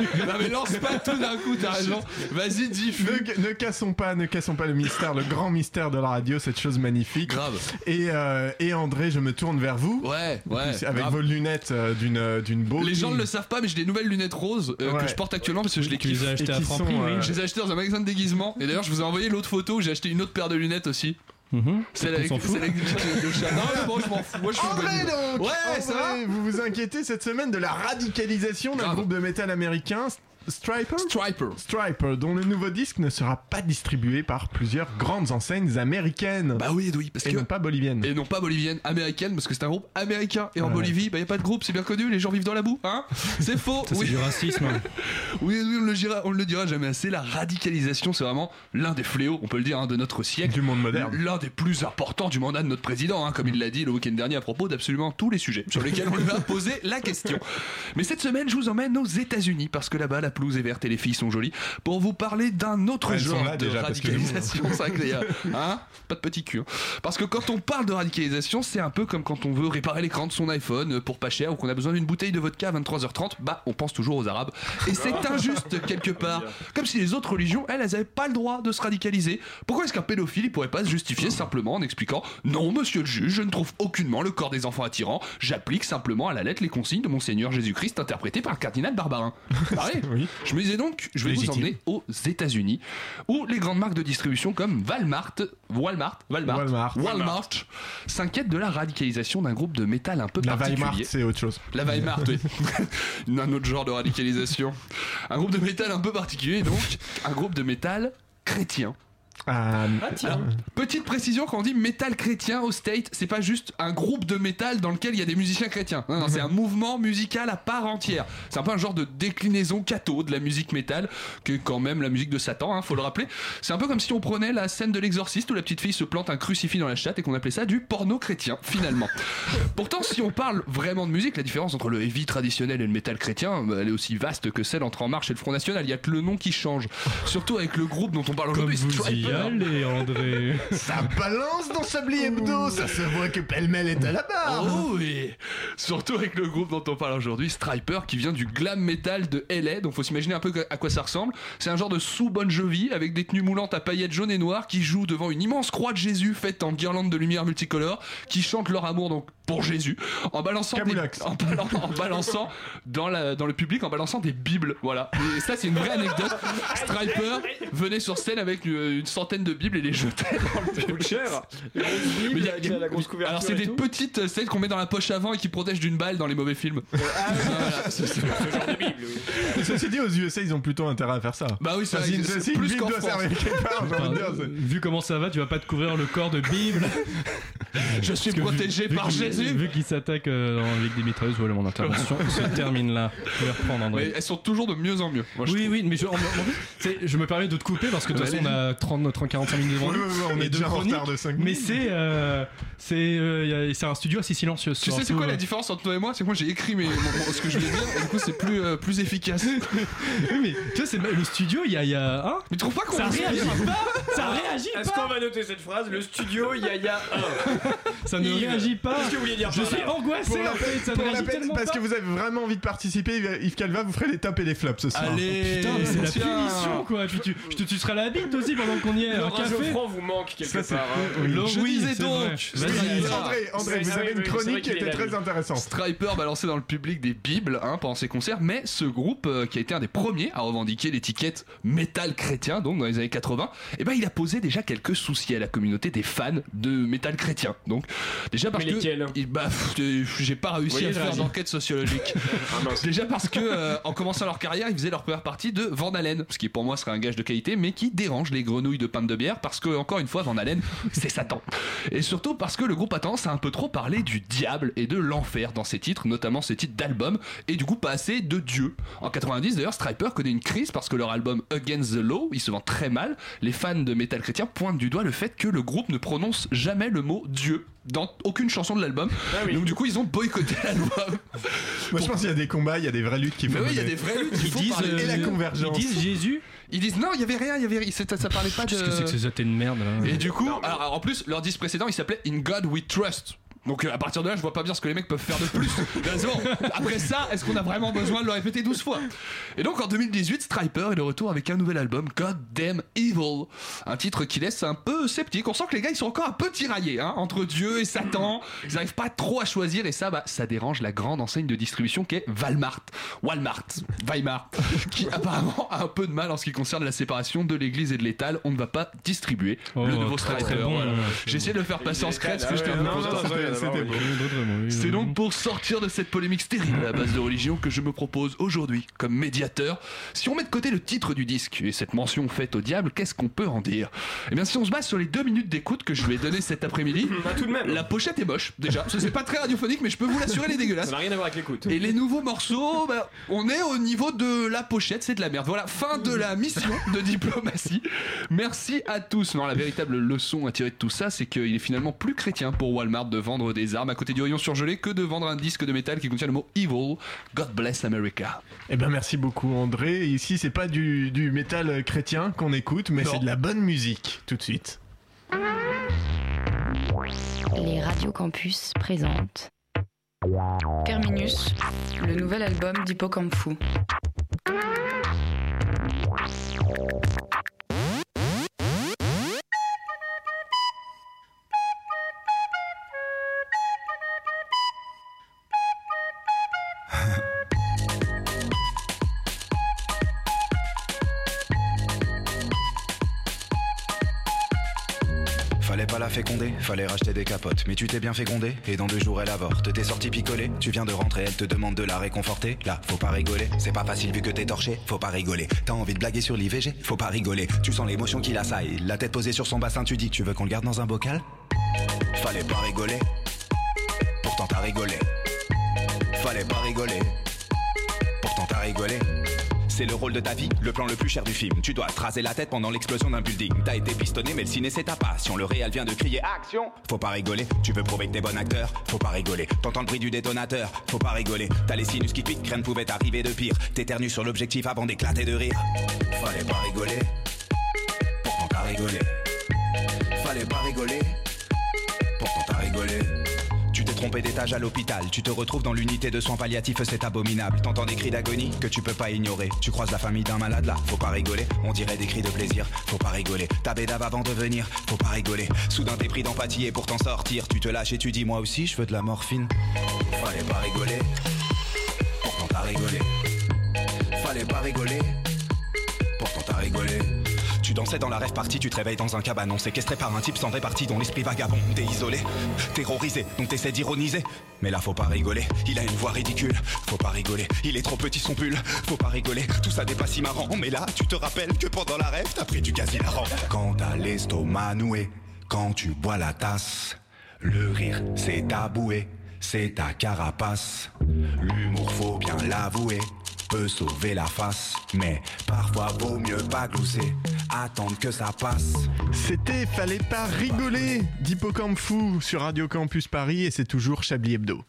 Speaker 8: Non mais lance pas tout d'un coup, t'as raison. Vas-y, diffuse.
Speaker 1: Ne, ne cassons pas, ne cassons pas le mystère, le grand mystère de la radio, cette chose magnifique.
Speaker 8: Grave.
Speaker 1: Et, euh, et André, je me tourne vers vous.
Speaker 8: Ouais, ouais.
Speaker 1: Avec
Speaker 8: grave.
Speaker 1: vos lunettes euh, d'une d'une beauté.
Speaker 8: Les gens ne le savent pas, mais j'ai des nouvelles lunettes roses euh,
Speaker 1: Ouais.
Speaker 8: que je porte actuellement parce que je les
Speaker 3: Tu
Speaker 8: kiffe.
Speaker 3: les as achetés
Speaker 1: Et
Speaker 3: à
Speaker 1: qui
Speaker 3: Franprix,
Speaker 1: sont,
Speaker 3: oui.
Speaker 1: euh,
Speaker 8: Je les ai achetées dans un magasin de déguisement. Et d'ailleurs, je vous ai envoyé l'autre photo où j'ai acheté une autre paire de lunettes aussi.
Speaker 3: Mhm.
Speaker 8: Celle
Speaker 3: On
Speaker 8: avec,
Speaker 3: s'en fout.
Speaker 8: celle avec le petit- le chat. Non, mais bon, je m'en fous. Moi, je suis une bonne
Speaker 1: André
Speaker 8: humeur.
Speaker 1: donc
Speaker 8: Ouais,
Speaker 1: André,
Speaker 8: ça va
Speaker 1: Vous vous inquiétez cette semaine de la radicalisation d'un
Speaker 8: Grave.
Speaker 1: groupe de métal américain, S- Striper
Speaker 8: Striper.
Speaker 1: Striper, dont le nouveau disque ne sera pas distribué par plusieurs grandes enseignes américaines
Speaker 8: Bah oui, oui, parce
Speaker 1: et
Speaker 8: que.
Speaker 1: non pas boliviennes.
Speaker 8: Et non pas bolivienne, américaine, parce que c'est un groupe américain. Et en
Speaker 1: Ouais.
Speaker 8: Bolivie, bah y a pas de groupe, c'est bien connu, les gens vivent dans la boue, hein C'est faux
Speaker 3: Ça, c'est
Speaker 8: oui.
Speaker 3: du racisme. hein.
Speaker 8: Oui, oui, on le dira, on le dira jamais assez. La radicalisation, c'est vraiment l'un des fléaux, on peut le dire, hein, de notre siècle.
Speaker 1: Du monde moderne.
Speaker 8: L'un des plus importants du mandat de notre président, hein, comme il l'a dit le week-end dernier à propos d'absolument tous les sujets sur lesquels on lui a posé la question. Mais cette semaine, je vous emmène aux États-Unis parce que là-bas, la pelouse est verte et les filles sont jolies pour vous parler d'un autre
Speaker 1: Elles sont
Speaker 8: genre
Speaker 1: là
Speaker 8: de
Speaker 1: déjà, parce que nous,
Speaker 8: radicalisation. C'est vrai que les, euh, hein, pas de petit cul. hein. Parce que quand on parle de radicalisation, c'est un peu comme quand on veut réparer l'écran de son iPhone pour pas cher ou qu'on a besoin d'une bouteille de vodka à 23h30. Bah, on pense toujours aux Arabes. Et c'est
Speaker 1: Ah.
Speaker 8: injuste quelque part. Comme si les autres religions, elles, elles avaient pas le droit de se radicaliser. Pourquoi est-ce qu'un pédophile, il pourrait pas se justifier simplement en expliquant Non, monsieur le juge, je ne trouve aucunement le corps des enfants attirant. J'applique simplement à la lettre les consignes de Monseigneur Jésus-Christ interprétées par le cardinal Barbarin. Pareil.
Speaker 1: Oui.
Speaker 8: Je me disais donc, je vais vous
Speaker 1: Légitime.
Speaker 8: emmener aux États-Unis, où les grandes marques de distribution comme Walmart, Walmart, Walmart,
Speaker 1: Walmart.
Speaker 8: Walmart s'inquiètent de la radicalisation d'un groupe de métal un peu
Speaker 1: La
Speaker 8: particulier.
Speaker 1: Weimar, c'est autre chose.
Speaker 8: La Weimar, oui. un autre genre de radicalisation. Un groupe de métal un peu particulier, donc un groupe de métal chrétien.
Speaker 1: Ah,
Speaker 8: Alors, petite précision, quand on dit métal chrétien au state, c'est pas juste un groupe de métal dans lequel il y a des musiciens chrétiens. Non, non, c'est un
Speaker 3: Mhm.
Speaker 8: mouvement musical à part entière. C'est un peu un genre de déclinaison catho de la musique métal, que quand même la musique de Satan, hein, faut le rappeler. C'est un peu comme si on prenait la scène de l'exorciste où la petite fille se plante un crucifix dans la chatte et qu'on appelait ça du porno chrétien, finalement. Pourtant, si on parle vraiment de musique, la différence entre le heavy traditionnel et le métal chrétien, bah, elle est aussi vaste que celle entre En Marche et le Front National. Il y a que le nom qui change. Surtout avec le groupe dont on parle
Speaker 3: Comme
Speaker 8: aujourd'hui,
Speaker 3: vous y
Speaker 8: Striper.
Speaker 3: allez, André.
Speaker 1: ça balance dans Chablis Hebdo, ça se voit que pêle-mêle est à la barre.
Speaker 8: Oh oui Surtout avec le groupe dont on parle aujourd'hui, Striper, qui vient du glam metal de LA, donc faut s'imaginer un peu à quoi ça ressemble. C'est un genre de sous Bon Jovi, avec des tenues moulantes à paillettes jaunes et noires, qui jouent devant une immense croix de Jésus faite en guirlande de lumière multicolore, qui chantent leur amour donc pour Jésus en balançant des-
Speaker 1: Camoulox.
Speaker 8: en, balan- en balançant dans, la, dans le public en balançant des bibles voilà et ça c'est une vraie anecdote Striper venait sur scène avec une, une centaine de bibles et les jetait dans le public Mais il y a-
Speaker 2: Il y a la grosse couverture.
Speaker 8: alors c'est
Speaker 2: et
Speaker 8: des
Speaker 2: tout.
Speaker 8: petites euh, celles qu'on met dans la poche avant et qui protègent d'une balle dans les mauvais films
Speaker 2: Ah
Speaker 1: Ceci dit, aux USA, ils ont plutôt intérêt à faire ça.
Speaker 8: bah oui c'est
Speaker 1: Ça,
Speaker 8: vrai
Speaker 1: si
Speaker 8: que
Speaker 1: une,
Speaker 8: c'est
Speaker 1: si une
Speaker 8: plus
Speaker 1: Bible
Speaker 8: qu'en
Speaker 1: doit
Speaker 8: France.
Speaker 1: servir quelque part, j'ai envie de dire,
Speaker 3: Enfin, vu comment ça va, tu vas pas te couvrir le corps de Bible.
Speaker 8: je suis
Speaker 3: Parce que vu-
Speaker 8: protégé
Speaker 3: vu
Speaker 8: par
Speaker 3: qu'il-
Speaker 8: Jésus
Speaker 3: Vu qu'il s'attaque euh, dans- avec des mitrailleuses, voilà mon intervention se termine là. Je vais reprendre
Speaker 8: mais
Speaker 3: André.
Speaker 8: elles sont toujours de mieux en mieux moi, je
Speaker 3: oui, oui, mais je, en- en- en fait, c'est- je me permets de te couper parce que de toute
Speaker 8: Ouais,
Speaker 3: façon on a 30, 30 45 minutes
Speaker 1: c'est-
Speaker 3: devant
Speaker 1: Ouais,
Speaker 3: nous.
Speaker 1: ouais, ouais, on
Speaker 3: Et
Speaker 1: est
Speaker 3: de
Speaker 1: déjà en
Speaker 3: chronique,
Speaker 1: retard de 5
Speaker 3: Mais
Speaker 1: minutes.
Speaker 3: c'est euh, c'est euh, y a- c'est un studio assez silencieux.
Speaker 8: Tu sais c'est quoi la différence entre toi et moi C'est que moi j'ai écrit mes, mon- mon- ce que je voulais dire et du coup c'est plus, euh, plus efficace.
Speaker 3: Oui, mais tu sais, c'est- le studio, il y a, il y a hein
Speaker 8: Mais tu trouves pas qu'on
Speaker 3: ça réagit pas, ça réagit
Speaker 2: Est-ce
Speaker 3: pas,
Speaker 2: qu'on va noter cette phrase Le studio Yaya 1.
Speaker 3: ça ne
Speaker 2: Yves,
Speaker 3: réagit pas.
Speaker 2: Qu'est-ce que vous vouliez dire
Speaker 3: Je
Speaker 2: par
Speaker 3: suis
Speaker 2: là
Speaker 1: Pour
Speaker 3: angoissé
Speaker 1: la
Speaker 3: en fait, ça ne
Speaker 1: Pour la
Speaker 3: réagit
Speaker 1: peine,
Speaker 3: tellement
Speaker 1: parce
Speaker 3: pas.
Speaker 1: que vous avez vraiment envie de participer, Yves Calva vous ferez les tapes et les flops ce soir.
Speaker 8: euh, Allez
Speaker 3: Oh, Putain, mais c'est la
Speaker 8: tiens.
Speaker 3: punition quoi. Puis tu, tu, tu seras la bite aussi pendant qu'on y est. Un
Speaker 2: Le
Speaker 3: café.
Speaker 2: Geoffran vous manque quelque
Speaker 1: Ça, c'est-
Speaker 2: part. hein.
Speaker 1: Oui.
Speaker 3: Le-
Speaker 8: Je
Speaker 3: oui,
Speaker 8: disais
Speaker 3: c'est
Speaker 8: donc,
Speaker 3: vrai.
Speaker 8: Striper-
Speaker 1: Oui,
Speaker 3: Vas-y.
Speaker 1: André, André,
Speaker 2: C'est-
Speaker 1: vous
Speaker 2: ah oui,
Speaker 1: avez une
Speaker 2: oui, c'est vrai
Speaker 1: chronique qui
Speaker 2: qu'il est
Speaker 1: était
Speaker 2: là,
Speaker 1: très
Speaker 2: lui.
Speaker 1: intéressante.
Speaker 8: Striper balançait dans le public des bibles hein, pendant ses concerts, mais ce groupe euh, qui a été un des premiers à revendiquer l'étiquette métal chrétien, donc dans les années 80, eh ben il a posé déjà quelques soucis à la communauté des fans de métal chrétien. Donc déjà parce
Speaker 2: Mais
Speaker 8: que
Speaker 2: lesquels
Speaker 8: il- bah, pff, euh, j'ai pas réussi
Speaker 2: Oui,
Speaker 8: à faire
Speaker 2: vas-y.
Speaker 8: d'enquête sociologique.
Speaker 2: Ah, mince.
Speaker 8: Déjà parce que euh, en commençant leur carrière, ils faisaient leur première partie de Van Halen, ce qui pour moi serait un gage de qualité, mais qui dérange les grenouilles de pain de bière parce que encore une fois Van Halen, c'est Satan. Et surtout parce que le groupe a tendance à un peu trop parler du diable et de l'enfer dans ses titres, notamment ses titres d'albums, et du coup pas assez de Dieu. En 90 d'ailleurs, Striper connaît une crise parce que leur album Against the Law, il se vend très mal. Les fans de métal chrétien pointent du doigt le fait que le groupe ne prononce jamais le mot Dieu dans aucune chanson de l'album.
Speaker 2: Ah oui.
Speaker 8: Donc du coup, ils ont boycotté l'album.
Speaker 1: Moi, je pense qu'il y a des combats, il y a des vraies luttes qui
Speaker 8: Mais
Speaker 1: font.
Speaker 8: oui, il y a des vraies luttes. il faut parler.
Speaker 1: euh, et la convergence.
Speaker 3: Ils disent Jésus.
Speaker 8: Ils disent non, il y avait rien, il y avait ça, ça parlait pas de.
Speaker 3: Qu'est-ce que c'est que ces athées de merde là
Speaker 8: Et du coup, alors, en plus, leur disque précédent, il s'appelait In God We Trust. Donc euh, à partir de là, je vois pas bien ce que les mecs peuvent faire de plus. Ben, c'est bon. Après ça, est-ce qu'on a vraiment besoin de le répéter 12 fois Et donc en 2018, Striper est de retour avec un nouvel album, God Damn Evil, un titre qui laisse un peu sceptique. On sent que les gars ils sont encore un peu tiraillés hein, entre Dieu et Satan. Ils n'arrivent pas trop à choisir et ça, bah, ça dérange la grande enseigne de distribution qui est Walmart, Walmart, Weimar, qui apparemment a un peu de mal en ce qui concerne la séparation de l'Église et de l'Étal. On ne va pas distribuer
Speaker 3: Oh,
Speaker 8: le nouveau
Speaker 3: très,
Speaker 8: Striper.
Speaker 3: très bon,
Speaker 8: voilà.
Speaker 3: euh,
Speaker 8: J'ai essayé de le faire passer en secret, ce que je te
Speaker 2: Ah ouais, non, non, non,
Speaker 8: propose.
Speaker 1: C'était-
Speaker 2: non, non,
Speaker 1: c'était
Speaker 2: non,
Speaker 1: beau.
Speaker 8: C'est donc pour sortir de cette polémique stérile à la base de religion que je me propose aujourd'hui comme médiateur. Si on met de côté le titre du disque et cette mention faite au diable, qu'est-ce qu'on peut en dire Eh bien, si on se base sur les deux minutes d'écoute que je lui ai donné cet après-midi,
Speaker 2: Bah, tout de même.
Speaker 8: la pochette est moche déjà. Ce c'est pas très radiophonique, mais je peux vous l'assurer, elle est
Speaker 2: Ça
Speaker 8: dégueulasse.
Speaker 2: n'a rien à voir avec l'écoute.
Speaker 8: Et les nouveaux morceaux, bah, on est au niveau de la pochette, c'est de la merde. Voilà, fin de la mission de diplomatie. Merci à tous. Non, la véritable leçon à tirer de tout ça, c'est qu'il est finalement plus chrétien pour Walmart de vendre des armes à côté du rayon surgelé que de vendre un disque de métal qui contient le mot evil. God bless America.
Speaker 1: Eh ben merci beaucoup André. Ici c'est pas du, du métal chrétien qu'on écoute, mais
Speaker 8: Non.
Speaker 1: c'est de la bonne musique tout de suite.
Speaker 10: Les Radio Campus présentent
Speaker 11: Terminus, le nouvel album d'Hippocampe Fou.
Speaker 6: Fallait pas la féconder, fallait racheter des capotes. Mais tu t'es bien fécondé, et dans deux jours elle avorte. T'es sorti picolé, tu viens de rentrer, elle te demande de la réconforter. Là, faut pas rigoler, c'est pas facile vu que t'es torché, faut pas rigoler. T'as envie de blaguer sur l'IVG, faut pas rigoler. Tu sens l'émotion qui l'assaille, la tête posée sur son bassin, tu dis tu veux qu'on le garde dans un bocal Fallait pas rigoler, pourtant t'as rigolé. Fallait pas rigoler, pourtant t'as rigolé. C'est le rôle de ta vie, le plan le plus cher du film. Tu dois te raser la tête pendant l'explosion d'un building. T'as été pistonné, mais le ciné c'est ta passion. Le réel vient de crier action. Faut pas rigoler, tu veux prouver que t'es bon acteur. Faut pas rigoler, t'entends le bruit du détonateur. Faut pas rigoler, t'as les sinus qui piquent, rien ne pouvait t'arriver de pire. T'éternues sur l'objectif avant d'éclater de rire. Fallait pas rigoler, pourtant t'as rigolé. Fallait pas rigoler, pourtant t'as rigolé. Tu t'es trompé trompé d'étage à l'hôpital. Tu te retrouves dans l'unité de soins palliatifs, c'est abominable. T'entends des cris d'agonie que tu peux pas ignorer. Tu croises la famille d'un malade là, faut pas rigoler. On dirait des cris de plaisir, faut pas rigoler. Ta bédave avant de venir, faut pas rigoler. Soudain t'es pris d'empathie et pour t'en sortir, tu te lâches et tu dis moi aussi je veux de la morphine. Fallait pas rigoler, pourtant t'as rigolé. Fallait pas rigoler, pourtant t'as rigolé. Tu dansais dans la rêve partie, tu te réveilles dans un cabanon séquestré par un type sans répartie dont l'esprit vagabond. T'es isolé, terrorisé, donc t'essaies d'ironiser. Mais là faut pas rigoler, il a une voix ridicule. Faut pas rigoler, il est trop petit son pull. Faut pas rigoler, tout ça n'est pas si marrant. Mais là tu te rappelles que pendant la rêve t'as pris du gaz hilarant. Quand t'as l'estomac noué, quand tu bois la tasse, le rire c'est ta bouée, c'est ta carapace. L'humour faut bien l'avouer peut sauver la face, mais parfois vaut mieux pas glousser, attendre que ça passe.
Speaker 1: C'était Fallait pas rigoler d'Hippocampe Fou sur Radio Campus Paris et c'est toujours Chablis Hebdo.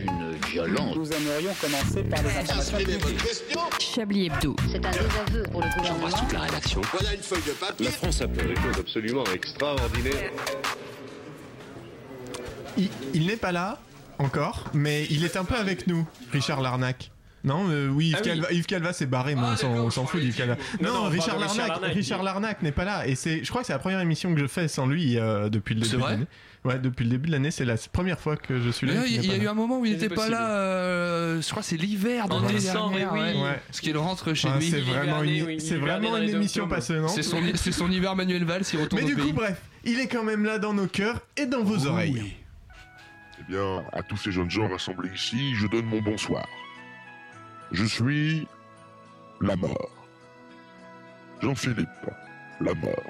Speaker 12: Une violence. Nous aimerions commencer par les informations
Speaker 11: Chablis Hebdo.
Speaker 13: C'est un désaveu pour le gouvernement.
Speaker 5: toute la rédaction. Voilà une feuille de papier. La France a fait des choses absolument extraordinaires.
Speaker 1: Il, il n'est pas là encore, mais il est un peu avec nous, Richard Larnac. Non, euh, oui, Yves,
Speaker 14: Ah oui.
Speaker 1: Calva, Yves Calva s'est barré, mais on s'en- on s'en fout d'Yves Calva.
Speaker 14: Non,
Speaker 1: Non,
Speaker 14: non, on parle
Speaker 1: Richard,
Speaker 14: de Richard
Speaker 1: Larnac,
Speaker 14: Larnac.
Speaker 1: Richard Larnac n'est pas là. Et c'est, je crois que c'est la première émission que je fais sans lui euh, depuis le début.
Speaker 2: C'est vrai
Speaker 1: de l'année. Ouais, depuis le début de l'année, c'est la première fois que je suis là.
Speaker 2: Mais
Speaker 1: et
Speaker 2: non,
Speaker 1: qu'il
Speaker 2: Il il
Speaker 1: n'est
Speaker 2: y a
Speaker 1: pas
Speaker 2: eu
Speaker 1: là.
Speaker 2: un moment où il
Speaker 1: Il est
Speaker 2: n'était pas
Speaker 1: possible.
Speaker 2: là. euh, je crois que c'est l'hiver de
Speaker 1: En
Speaker 2: l'année
Speaker 1: décembre,
Speaker 2: dernière.
Speaker 1: oui. Ouais.
Speaker 2: Parce qu'il rentre chez
Speaker 1: Ah,
Speaker 2: lui.
Speaker 1: c'est vraiment une- L'hiver c'est dernier, oui, vraiment l'hiver une dernier émission d'octobre. passionnante.
Speaker 2: C'est son, c'est son hiver Manuel Valls, il retourne
Speaker 1: Mais
Speaker 2: au
Speaker 1: du
Speaker 2: pays.
Speaker 1: coup, bref, il est quand même là dans nos cœurs et dans vos oreilles.
Speaker 8: Eh bien, à tous ces jeunes gens rassemblés ici, je donne mon bonsoir. Je suis la mort. Jean-Philippe, la mort.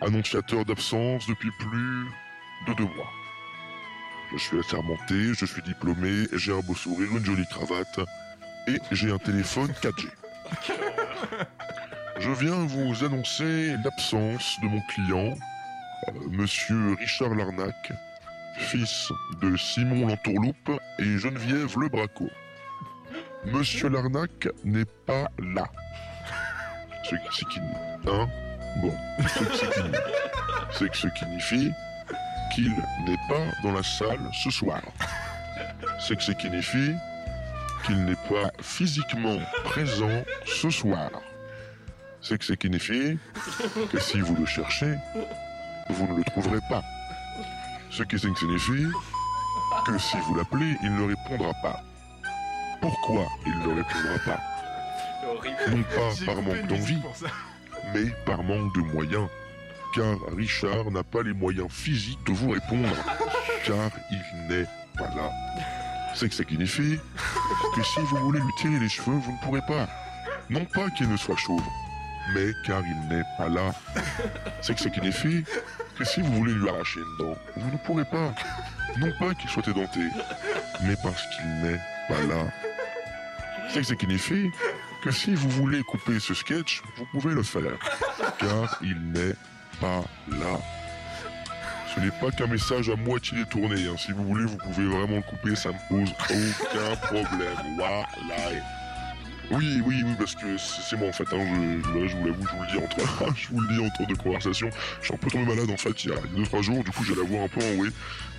Speaker 8: Annonciateur d'absence depuis plus de deux mois. Je suis assermenté, je suis diplômé, j'ai un beau sourire, une jolie cravate et j'ai un téléphone 4G. Je viens vous annoncer l'absence de mon client, euh, monsieur Richard Larnac, fils de Simon l'Entourloupe et Geneviève Le Braco. Monsieur Larnac n'est pas là. Ce qui signifie, hein Bon, ce qui signifie, c'est que ce qui signifie qu'il n'est pas dans la salle ce soir. C'est que ce qui signifie qu'il n'est pas physiquement présent ce soir. C'est que ce qui signifie que si vous le cherchez, vous ne le trouverez pas. Ce qui signifie que si vous l'appelez, il ne répondra pas. Pourquoi il ne répondra pas Non pas par manque d'envie, mais par manque de moyens. Car Richard n'a pas les moyens physiques de vous répondre. Car il n'est pas là. C'est que ça signifie que si vous voulez lui tirer les cheveux, vous ne pourrez pas. Non pas qu'il ne soit chauve, mais car il n'est pas là. C'est que ça signifie que si vous voulez lui arracher une dent, vous ne pourrez pas. Non pas qu'il soit édenté, mais parce qu'il n'est pas là. C'est que ça signifie que si vous voulez couper ce sketch, vous pouvez le faire, car il n'est pas là. Ce n'est pas qu'un message à moitié détourné. hein. Si vous voulez, vous pouvez vraiment le couper, ça me pose aucun problème. Voilà. Oui, oui, oui, parce que c'est c'est moi en fait. hein. Je, je- là, je vous l'avoue, je vous le dis entre, je vous le dis en tour de conversation. Je suis un peu tombé malade en fait il y a 2-3 jours. Du coup, j'ai la voix un peu enrouée.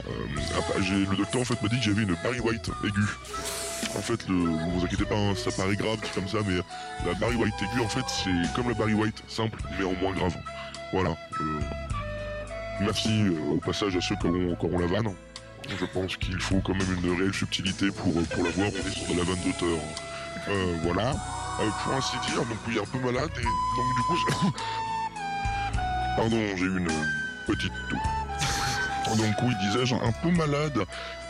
Speaker 8: Euh, après, j'ai- le docteur en fait m'a dit que j'avais une Barry White aiguë. En fait, le, vous inquiétez pas, hein, ça paraît grave, dit comme ça, mais la Barry White aiguë, en fait, c'est comme la Barry White, simple, mais en moins grave. Voilà. euh, merci euh, au passage à ceux qui auront, qui auront la vanne. Je pense qu'il faut quand même une réelle subtilité pour, euh, pour la voir. On est sur de la vanne d'auteur. Euh, voilà. Euh, pour ainsi dire, donc oui, un peu malade, et donc du coup, je- Pardon, j'ai eu une petite toux. Donc oui, disais-je, un peu malade.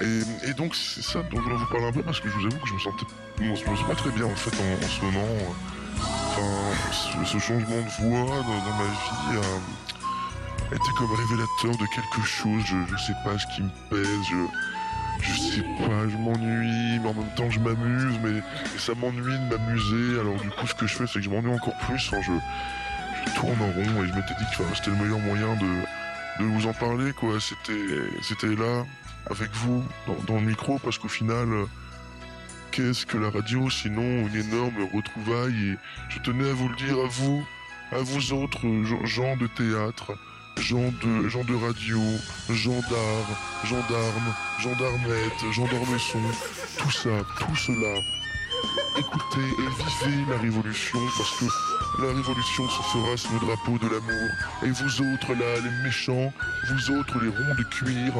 Speaker 8: Et, et donc c'est ça dont je voulais vous parler un peu parce que je vous avoue que je me sentais je me sens pas très bien en fait en, en ce moment. Enfin, ce, ce changement de voix dans, dans ma vie euh, était comme révélateur de quelque chose. Je, je sais pas ce qui me pèse. Je, je sais pas, je m'ennuie, mais en même temps je m'amuse, mais, mais ça m'ennuie de m'amuser. Alors du coup, ce que je fais, c'est que je m'ennuie encore plus. Enfin, je, je tourne en rond et je m'étais dit que enfin, c'était le meilleur moyen de, de vous en parler quoi. C'était c'était là avec vous dans, dans le micro parce qu'au final euh, qu'est-ce que la radio sinon une énorme retrouvaille et je tenais à vous le dire à vous à vous autres euh, gens- gens de théâtre
Speaker 15: gens de, gens de radio, gendarmes, gendarmes, gendarmettes, gendarmeçons, tout ça, tout cela. Écoutez et vivez la révolution parce que la révolution se fera sous le drapeau de l'amour. Et vous autres là, les méchants, vous autres les ronds de cuir,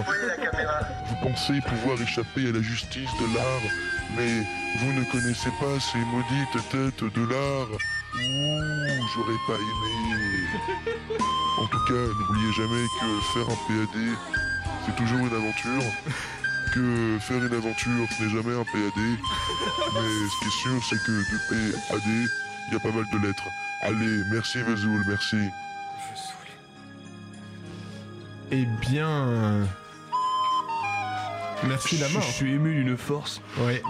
Speaker 15: vous pensez pouvoir échapper à la justice de l'art, mais vous ne connaissez pas ces maudites têtes de l'art. Ouh, j'aurais pas aimé. En tout cas, n'oubliez jamais que faire un PAD, c'est toujours une aventure. Que faire une aventure, ce n'est jamais un PAD. Mais ce qui est sûr, c'est que de PAD, il y a pas mal de lettres. Allez, merci Vesoul, merci.
Speaker 1: Eh bien. Merci la mort. Je
Speaker 8: suis ému d'une force.
Speaker 1: Ouais.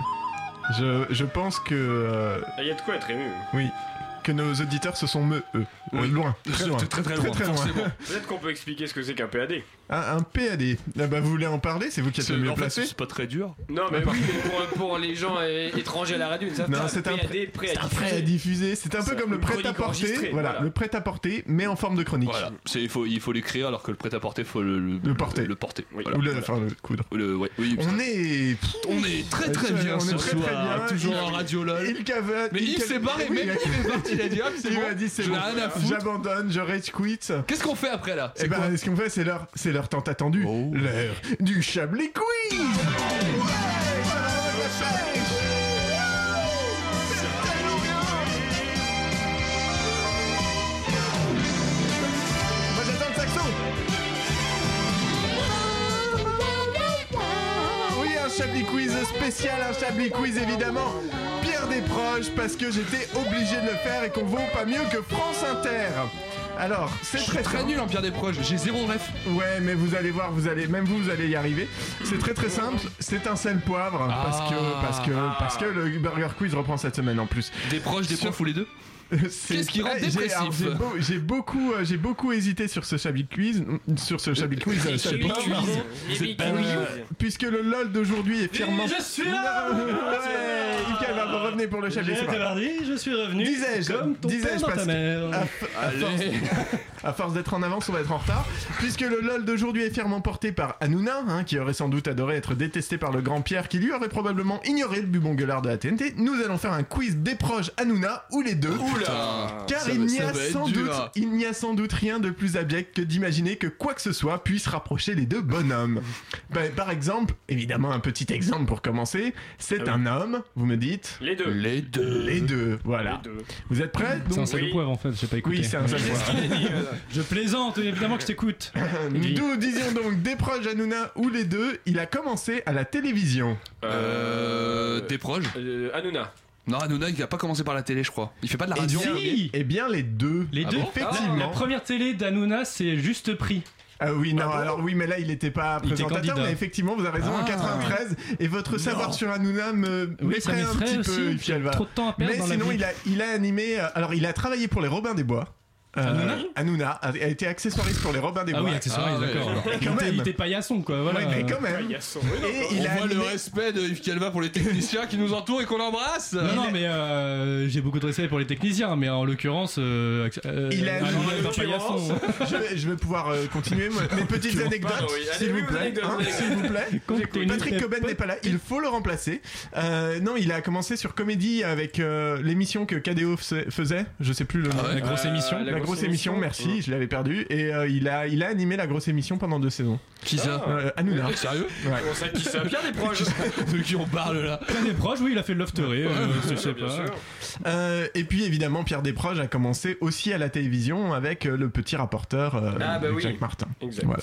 Speaker 1: Je, je pense que. euh,
Speaker 9: Il y a de quoi être ému.
Speaker 1: oui. Que nos auditeurs se sont me. eux. Euh,
Speaker 9: Oui.
Speaker 1: Loin.
Speaker 9: Très,
Speaker 1: loin.
Speaker 9: très, très, loin,
Speaker 1: loin.
Speaker 9: forcément. Peut-être qu'on peut expliquer ce que c'est qu'un PAD.
Speaker 1: Ah, un PAD. Ah bah, vous voulez en parler C'est vous qui êtes le mieux placé.
Speaker 8: pas très dur.
Speaker 9: Non, mais oui, mais Ah, pour, pour les gens euh, étrangers à la radio, ils savent
Speaker 1: Non,
Speaker 9: pas,
Speaker 1: c'est un
Speaker 9: PAD,
Speaker 1: prêt,
Speaker 9: prêt à
Speaker 1: c'est un
Speaker 9: diffuser.
Speaker 1: prêt à diffuser. C'est un peu
Speaker 9: C'est
Speaker 1: comme le
Speaker 9: une chronique
Speaker 1: prêt à porter.
Speaker 9: enregistrée,
Speaker 1: Voilà,
Speaker 9: voilà.
Speaker 1: le prêt à porter, mais en forme de chronique.
Speaker 8: Voilà, c'est, il, faut, il faut l'écrire alors que le prêt-à-porter, faut le, le,
Speaker 1: porter.
Speaker 8: Le, porter.
Speaker 1: Ou le- enfin, le coudre.
Speaker 8: ouais, oui, putain.
Speaker 1: On est.
Speaker 8: On est très très
Speaker 1: Ouais,
Speaker 8: bien
Speaker 1: on est
Speaker 8: ce
Speaker 1: très, très
Speaker 8: soir,
Speaker 1: bien.
Speaker 8: toujours
Speaker 1: Il-
Speaker 8: en radio lol.
Speaker 1: Il cavale.
Speaker 8: Mais Yves s'est barré, même Yves est parti, il a dit hop, c'est
Speaker 1: Il
Speaker 8: bon,
Speaker 1: m'a dit c'est
Speaker 8: j'en ai
Speaker 1: bon.
Speaker 8: rien à foutre.
Speaker 1: J'abandonne, je rage quit.
Speaker 8: Qu'est-ce qu'on fait après là
Speaker 1: Eh
Speaker 8: C'est quoi
Speaker 1: ben, ce qu'on fait, c'est Oh. l'heure, c'est l'heure tant attendue, l'heure du Chablis Quiz. Moi, j'attends le saxo. Oui, un Chablis Quiz spécial, un Chablis Quiz évidemment. Pierre Desproges, parce que j'étais obligé de le faire et qu'on vaut pas mieux que France Inter. Alors, c'est très
Speaker 8: Très
Speaker 1: simple.
Speaker 8: nul en Pierre des Proches, j'ai zéro ref.
Speaker 1: Ouais, mais vous allez voir, vous allez, même vous, vous allez y arriver. C'est très très simple. C'est un sel poivre parce que parce que parce que le Burger Quiz reprend cette semaine en plus.
Speaker 8: Des proches, des
Speaker 1: Sur-
Speaker 8: profs ou les deux Qu'est-ce qui rend
Speaker 1: très- j'ai-
Speaker 8: dépressif
Speaker 1: alors, J'ai beau- j'ai beaucoup, euh, j'ai beaucoup hésité sur ce Chablis Quiz, sur ce Chablis Quiz, euh, sel
Speaker 9: Chablis
Speaker 1: poivre,
Speaker 9: Quiz.
Speaker 1: pardon.
Speaker 9: Chablis
Speaker 1: Euh,
Speaker 9: Quiz.
Speaker 1: puisque le LOL d'aujourd'hui est fièrement.
Speaker 9: Et je suis là
Speaker 1: Ouais, Nickel, va vous revenez pour le
Speaker 3: Eh,
Speaker 1: Chablis. c'est
Speaker 16: J'étais
Speaker 1: pas grave.
Speaker 16: parti, je suis revenu.
Speaker 1: Disais-je,
Speaker 16: Comme ton
Speaker 1: disais-je,
Speaker 16: père dans
Speaker 1: parce
Speaker 16: ta
Speaker 1: que- Ah.
Speaker 16: mère.
Speaker 1: à, f- à force, à force d'être en avance, on va être en retard. Puisque le LOL d'aujourd'hui est fièrement porté par Hanouna, hein, qui aurait sans doute adoré être détesté par le grand Pierre, qui lui aurait probablement ignoré le bubon gueulard de la TNT, nous allons faire un quiz des proches Hanouna ou les deux.
Speaker 8: Oula
Speaker 1: Car
Speaker 8: Ça
Speaker 1: il
Speaker 8: va-
Speaker 1: n'y
Speaker 8: ça
Speaker 1: a
Speaker 8: va être
Speaker 1: sans
Speaker 8: dur. hein.
Speaker 1: doute, il n'y a sans doute rien de plus abject que d'imaginer que quoi que ce soit puisse rapprocher les deux bonhommes. Ben, par exemple, évidemment un petit exemple pour commencer, c'est un homme, vous me dites
Speaker 9: Les deux.
Speaker 8: Ah Les deux.
Speaker 1: Les deux, voilà.
Speaker 9: Les deux.
Speaker 1: Vous êtes prêts
Speaker 3: C'est un
Speaker 1: Donc-
Speaker 3: sale poivre en fait, j'ai pas écouté.
Speaker 1: Oui, c'est un sale poivre.
Speaker 3: Je plaisante, évidemment que je t'écoute.
Speaker 1: Nous disions donc des proches Hanouna ou les deux, il a commencé à la télévision.
Speaker 8: Euh. Des proches
Speaker 9: Euh, Hanouna.
Speaker 8: Non, Hanouna, il a pas commencé par la télé, je crois. Il fait pas de la radio.
Speaker 1: bien,
Speaker 3: Si
Speaker 1: eh bien, les deux.
Speaker 3: Ah, Les
Speaker 8: Ah
Speaker 3: deux
Speaker 8: bon
Speaker 1: Effectivement.
Speaker 3: La première télé d'Anouna, c'est juste prix.
Speaker 1: Ah oui, non, alors oui, mais là, il n'était pas
Speaker 3: Il était
Speaker 1: présentateur,
Speaker 3: candidat.
Speaker 1: mais effectivement, vous avez raison, en
Speaker 3: Ah.
Speaker 1: 93, et votre savoir sur Hanouna me
Speaker 3: Oui, ça
Speaker 1: m'effraie un
Speaker 3: m'effraie
Speaker 1: petit
Speaker 3: aussi,
Speaker 1: peu,
Speaker 3: j'ai
Speaker 1: puis elle va-
Speaker 3: trop de temps à perdre
Speaker 1: Mais
Speaker 3: dans la
Speaker 1: sinon,
Speaker 3: vie.
Speaker 1: il a, il a animé, euh, alors il a travaillé pour les Robins des Bois. Euh,
Speaker 3: Hanouna
Speaker 1: Hanouna a, a été accessoiriste pour les Robins des
Speaker 3: Ah
Speaker 1: Bois.
Speaker 3: oui, accessoire, d'accord.
Speaker 1: Et
Speaker 3: Il
Speaker 1: quand
Speaker 3: était- Il
Speaker 1: même.
Speaker 3: était paillasson, quoi. Voilà.
Speaker 1: Oui, mais quand même. Et
Speaker 8: On
Speaker 1: il a
Speaker 8: voit le
Speaker 1: animé-
Speaker 8: respect de Yves Calva pour les techniciens qui nous entourent et qu'on embrasse
Speaker 3: Non, non, mais euh, j'ai beaucoup de respect pour les techniciens, mais en l'occurrence, euh, acc- euh,
Speaker 1: Il a
Speaker 3: Hanouna
Speaker 1: joué
Speaker 3: est un paillasson.
Speaker 1: je, vais, je vais pouvoir euh, continuer moi, mes petites anecdotes,
Speaker 9: Pardon, oui. Allez,
Speaker 1: s'il
Speaker 9: oui,
Speaker 1: vous
Speaker 9: vos
Speaker 1: plaît.
Speaker 9: anecdotes,
Speaker 1: hein,
Speaker 9: vos anecdotes.
Speaker 1: s'il vous plaît.
Speaker 3: Compte tenu
Speaker 1: Patrick
Speaker 3: des
Speaker 1: Coben n'est pas là, il faut le remplacer. Euh, non, il a commencé sur Comédie avec euh, l'émission que KDO fais- faisait, je sais plus le
Speaker 9: Ah
Speaker 1: nom.
Speaker 3: ouais. La
Speaker 9: Euh,
Speaker 3: grosse émission.
Speaker 1: La, grosse émission, merci, je l'avais perdu. Et euh, il, a, il a animé la grosse émission pendant deux saisons.
Speaker 8: Qui ça
Speaker 1: Euh, Hanouna.
Speaker 3: Ah.
Speaker 8: Sérieux
Speaker 1: Ouais.
Speaker 9: On sait qui ça Pierre des proches.
Speaker 8: De qui on parle là
Speaker 3: Plein des proches, oui, il a fait le lofteré. euh, je sais
Speaker 9: Bien
Speaker 3: pas.
Speaker 9: sûr.
Speaker 1: Euh, et puis évidemment, Pierre Desproges a commencé aussi à la télévision avec euh, le petit rapporteur euh,
Speaker 9: Ah, bah oui.
Speaker 1: Jacques Martin.
Speaker 9: Exact.
Speaker 1: Voilà.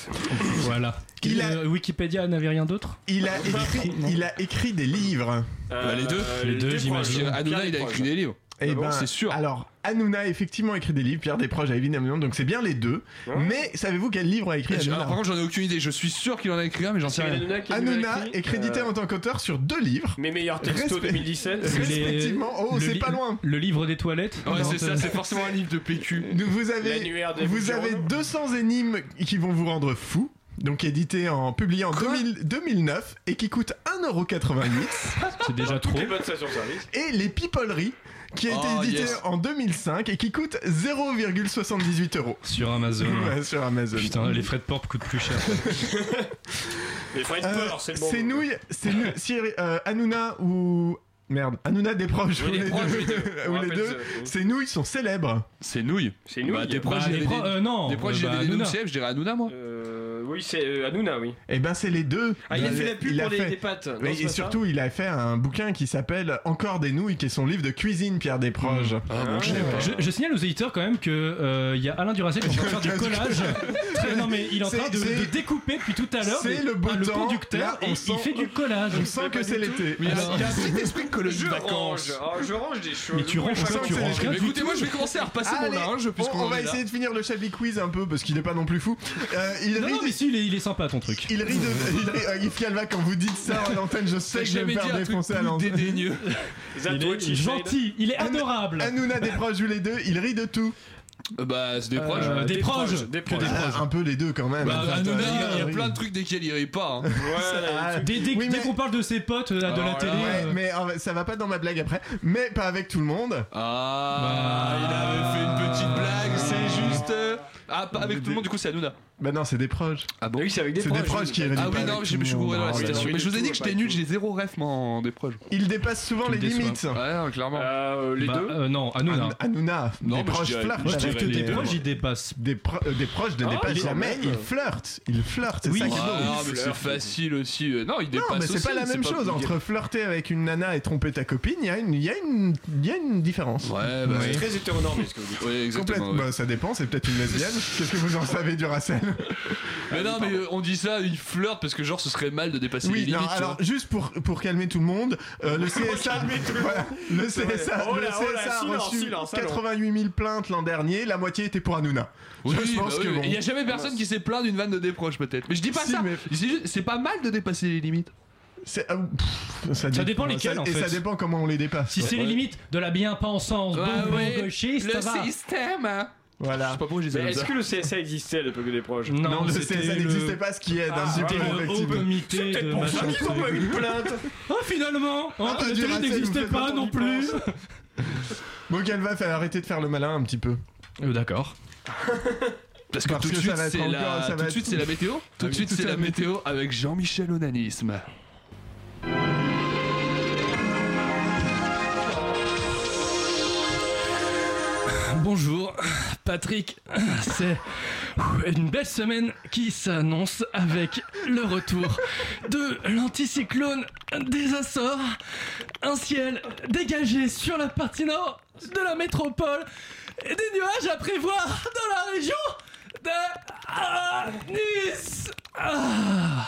Speaker 3: Voilà.
Speaker 1: Il
Speaker 3: Il
Speaker 1: a-
Speaker 3: Wikipédia n'avait rien d'autre
Speaker 1: Il a écrit, il a écrit des livres.
Speaker 9: Euh,
Speaker 8: Bah, les deux. hein.
Speaker 9: euh,
Speaker 3: Les deux,
Speaker 9: proches.
Speaker 3: j'imagine.
Speaker 8: Hanouna,
Speaker 9: Pierre
Speaker 8: il a
Speaker 9: Desproges.
Speaker 8: écrit des livres.
Speaker 1: Eh
Speaker 8: Ah bon,
Speaker 1: ben,
Speaker 8: c'est sûr.
Speaker 1: Alors, Hanouna a effectivement écrit des livres, Pierre Desproges a évidemment, donc c'est bien les deux.
Speaker 9: Ouais.
Speaker 1: Mais savez-vous quel livre a écrit
Speaker 8: Je-
Speaker 1: Hanouna
Speaker 8: alors, par contre, j'en ai aucune idée. Je suis sûr qu'il en a écrit un, mais j'en sais
Speaker 9: Cyril
Speaker 8: rien.
Speaker 9: Hanouna qui nous l'a
Speaker 1: Hanouna
Speaker 9: écrit.
Speaker 1: est crédité
Speaker 9: Euh,
Speaker 1: en tant qu'auteur sur deux livres.
Speaker 9: Mes meilleurs textos
Speaker 1: Respect.
Speaker 9: 2017.
Speaker 3: Les-
Speaker 1: Respectivement, oh,
Speaker 3: le
Speaker 1: c'est
Speaker 3: li-
Speaker 1: pas loin.
Speaker 3: Le livre des toilettes
Speaker 8: Ouais,
Speaker 3: Non,
Speaker 8: c'est ça,
Speaker 3: t'as-
Speaker 8: c'est forcément un livre de PQ.
Speaker 1: Nous- Vous avez,
Speaker 9: L'annuaire des
Speaker 1: vous
Speaker 9: Bouches
Speaker 1: avez
Speaker 9: Rhônes.
Speaker 1: 200 énigmes qui vont vous rendre fou. Donc édité en publié en 2000 2009 et qui coûte 1,88€
Speaker 3: C'est déjà
Speaker 9: Toutes
Speaker 3: trop.
Speaker 9: les bonnes stations service.
Speaker 1: et les pipoleries qui a été
Speaker 8: Oh,
Speaker 1: édité
Speaker 8: yes.
Speaker 1: en 2005 et qui coûte 0,78 euros.
Speaker 3: Sur Amazon.
Speaker 8: Mmh.
Speaker 1: Ouais, sur Amazon.
Speaker 3: Putain, les frais de port coûtent plus cher.
Speaker 2: Les frais de
Speaker 1: Euh,
Speaker 2: peur, c'est le bon.
Speaker 1: Ces nouilles, c'est nou- si, euh, Hanouna ou. Merde, Hanouna des proches,
Speaker 2: Oui,
Speaker 1: ou
Speaker 2: les
Speaker 1: les
Speaker 2: proches, les
Speaker 1: deux.
Speaker 2: deux. On
Speaker 1: ou les
Speaker 2: rappelle
Speaker 1: deux. Ces nouilles sont célèbres.
Speaker 8: Ces nouilles
Speaker 2: Ces nouilles.
Speaker 8: Bah, des proches,
Speaker 2: Bah,
Speaker 8: il y
Speaker 2: des
Speaker 8: avait
Speaker 2: pro-
Speaker 8: des-
Speaker 2: euh, non,
Speaker 8: des proches,
Speaker 2: euh,
Speaker 8: il y avait
Speaker 2: bah,
Speaker 8: des noms de
Speaker 2: Hanouna.
Speaker 8: chefs, je dirais Hanouna, moi.
Speaker 2: Euh, oui, c'est euh, Hanouna, oui.
Speaker 1: Eh ben, c'est les deux.
Speaker 2: Ah, il a
Speaker 1: Euh,
Speaker 2: fait la pub
Speaker 1: il a
Speaker 2: pour des-
Speaker 1: fait-
Speaker 2: des pâtes. Non,
Speaker 1: Mais-
Speaker 2: c'est
Speaker 1: et
Speaker 2: pas ça
Speaker 1: surtout, il a fait un bouquin qui s'appelle Encore des nouilles, qui est son livre de cuisine, Pierre Desproges.
Speaker 3: Je, je signale aux éditeurs quand même que euh, il y a Alain Duracel qui est en train de faire du collage. Très- non mais il est en train de,
Speaker 1: C'est-
Speaker 3: de découper depuis tout à l'heure.
Speaker 1: C'est
Speaker 3: des-
Speaker 1: le beau
Speaker 3: ah,
Speaker 1: temps.
Speaker 3: conducteur
Speaker 1: Là, on
Speaker 3: et
Speaker 1: sent-
Speaker 3: il fait du collage.
Speaker 1: on sent que c'est l'été. Ah,
Speaker 3: Mais alors-
Speaker 8: esprit
Speaker 2: Je range, Ah, je range des choses.
Speaker 3: Mais tu
Speaker 2: Oui,
Speaker 3: ranges
Speaker 2: pas
Speaker 3: quoi,
Speaker 2: comme
Speaker 3: tu
Speaker 2: ça.
Speaker 3: ranges rien du tout.
Speaker 1: Allez, on, on va essayer de finir le Chablis Quiz un peu parce qu'il n'est pas non plus fou. Euh, il
Speaker 3: Non,
Speaker 1: rit
Speaker 3: non,
Speaker 1: de-
Speaker 3: mais si, il est, il est sympa ton truc.
Speaker 1: Il rit de. Il rit, euh, Yves Calva, quand vous dites ça à l'antenne, je sais que je vais me faire défoncer à l'antenne.
Speaker 3: Il est gentil, il est adorable.
Speaker 1: Hanouna des proches ou les deux, il rit de tout.
Speaker 8: Bah, c'est des
Speaker 1: Euh,
Speaker 8: proches.
Speaker 1: des proches. Que des proches. Un peu les deux quand même.
Speaker 8: Bah,
Speaker 1: Enfin,
Speaker 8: Hanouna,
Speaker 1: toi,
Speaker 8: il y a
Speaker 1: oui.
Speaker 8: plein de trucs desquels il rit pas. hein. Ah,
Speaker 1: Ah,
Speaker 3: Dès, dès-
Speaker 1: oui,
Speaker 3: dès
Speaker 1: mais-
Speaker 3: qu'on parle de ses potes euh, de la
Speaker 8: Alors
Speaker 3: télé,
Speaker 8: là,
Speaker 1: Ouais,
Speaker 3: euh,
Speaker 1: mais euh, ça va pas dans ma blague après. Mais pas avec tout le monde.
Speaker 3: Bah.
Speaker 8: Ah, il avait fait une petite blague, c'est juste. euh, Ah, pas avec tout le monde, du coup, c'est Hanouna.
Speaker 1: Bah non, c'est des proches.
Speaker 8: Ah bon
Speaker 2: Oui, c'est avec des
Speaker 1: C'est
Speaker 2: proches.
Speaker 1: des proches qui rient
Speaker 8: Ah
Speaker 1: pas
Speaker 8: oui, non,
Speaker 1: avec
Speaker 8: je
Speaker 1: tout
Speaker 8: je
Speaker 1: le
Speaker 8: suis
Speaker 1: monde.
Speaker 8: bourré dans la
Speaker 1: Ah ouais.
Speaker 8: situation. Mais je vous ai dit que j'étais nul, j'ai zéro ref moi, en des proches.
Speaker 1: Il dépasse souvent
Speaker 8: Tu me
Speaker 1: les
Speaker 8: déçois.
Speaker 1: limites.
Speaker 8: Ouais, clairement.
Speaker 2: les
Speaker 3: bah,
Speaker 2: deux
Speaker 3: euh, non, Hanouna.
Speaker 1: An- Hanouna,
Speaker 8: Non,
Speaker 1: des
Speaker 8: moi, je
Speaker 1: proches
Speaker 8: dirais-
Speaker 1: flirtent.
Speaker 3: Moi, je trouve
Speaker 1: avec
Speaker 3: que
Speaker 1: les-
Speaker 3: des proches, ils dépassent.
Speaker 1: Des, pro- euh, des proches ne
Speaker 2: Ah,
Speaker 1: dépassent
Speaker 2: il est
Speaker 1: jamais,
Speaker 2: quand même.
Speaker 1: ils flirtent. Ils flirtent, c'est
Speaker 3: Oui.
Speaker 1: ça qui est
Speaker 8: Ah,
Speaker 1: drôle.
Speaker 8: non, mais c'est facile aussi. euh, Non, il
Speaker 1: Non,
Speaker 8: dépasse
Speaker 1: mais c'est
Speaker 8: aussi,
Speaker 1: pas la même chose.
Speaker 8: compliqué.
Speaker 1: Entre flirter avec une nana et tromper ta copine, il y, a une- il y, a une- il y a une différence.
Speaker 8: Ouais, bah,
Speaker 2: C'est très hétéronormé ce que vous dites.
Speaker 8: ouais, exactement.
Speaker 1: Complètement.
Speaker 8: ouais.
Speaker 1: Bah, ça dépend, c'est peut-être une lesbienne. Qu'est-ce que vous en savez du Racel
Speaker 8: Mais non, mais euh, on dit ça, il flirte parce que genre ce serait mal de dépasser les
Speaker 1: Oui,
Speaker 8: limites.
Speaker 1: non,
Speaker 8: tu
Speaker 1: alors
Speaker 8: vois.
Speaker 1: juste pour, pour calmer tout le monde, euh, le CSA, voilà, le
Speaker 2: C'est vrai.
Speaker 1: CSA,
Speaker 2: Oh là,
Speaker 1: le
Speaker 2: oh là,
Speaker 1: CSA a
Speaker 2: silence,
Speaker 1: reçu
Speaker 2: silence, alors.
Speaker 1: 88 000 plaintes l'an dernier, la moitié était pour Hanouna.
Speaker 8: Oui,
Speaker 1: je
Speaker 8: bah
Speaker 1: pense
Speaker 8: oui,
Speaker 1: que
Speaker 8: oui.
Speaker 1: bon.
Speaker 8: Il y a jamais personne qui s'est plaint d'une vanne de des proches peut-être. Mais je dis pas
Speaker 1: Si,
Speaker 8: ça.
Speaker 1: mais-
Speaker 8: C'est juste- C'est pas mal de dépasser les limites.
Speaker 1: c'est- ah, pff, ça,
Speaker 3: dépend lesquels,
Speaker 1: ça-
Speaker 3: en
Speaker 1: Et ça
Speaker 3: fait.
Speaker 1: dépend comment on les dépasse.
Speaker 3: Si c'est les limites de la bien-pensance,
Speaker 8: Ouais,
Speaker 3: bon,
Speaker 8: ouais.
Speaker 3: bon gauchiste, ça
Speaker 8: Le
Speaker 3: va.
Speaker 8: système. hein. Je
Speaker 1: Voilà.
Speaker 8: sais pas pourquoi je disais
Speaker 2: Mais
Speaker 8: ça.
Speaker 2: est-ce que le CSA existait à l'époque des proches
Speaker 1: Non, le
Speaker 3: c'était
Speaker 1: CSA
Speaker 3: le-
Speaker 1: n'existait pas, ce qui aide un
Speaker 2: Ah,
Speaker 1: petit peu,
Speaker 3: C'était le haut
Speaker 1: effectivement.
Speaker 3: comité de
Speaker 2: Pour ça
Speaker 3: machin
Speaker 2: qu'ils ont
Speaker 3: truc.
Speaker 2: pas eu de plainte.
Speaker 3: Ah finalement
Speaker 1: Ah,
Speaker 3: hein,
Speaker 1: bah,
Speaker 3: La
Speaker 1: du
Speaker 3: télé
Speaker 1: racisme,
Speaker 3: n'existait
Speaker 1: faites
Speaker 3: pas
Speaker 1: attention,
Speaker 3: non plus
Speaker 1: Bon, Calva, fallait arrêter de faire le malin un petit peu.
Speaker 3: Euh, D'accord.
Speaker 8: Parce que
Speaker 1: Parce
Speaker 8: tout de
Speaker 1: que
Speaker 8: suite
Speaker 1: ça va être
Speaker 8: c'est
Speaker 1: encore- ça va
Speaker 8: la tout de
Speaker 1: être-
Speaker 8: suite c'est la météo. Tout de
Speaker 1: oui,
Speaker 8: suite
Speaker 1: tout
Speaker 8: c'est
Speaker 1: à
Speaker 8: la
Speaker 1: fait.
Speaker 8: météo avec Jean-Michel Onanisme.
Speaker 3: Bonjour, Patrick. C'est une belle semaine qui s'annonce avec le retour de l'anticyclone des Açores, un ciel dégagé sur la partie nord de la métropole et des nuages à prévoir dans la région de Nice. Ah.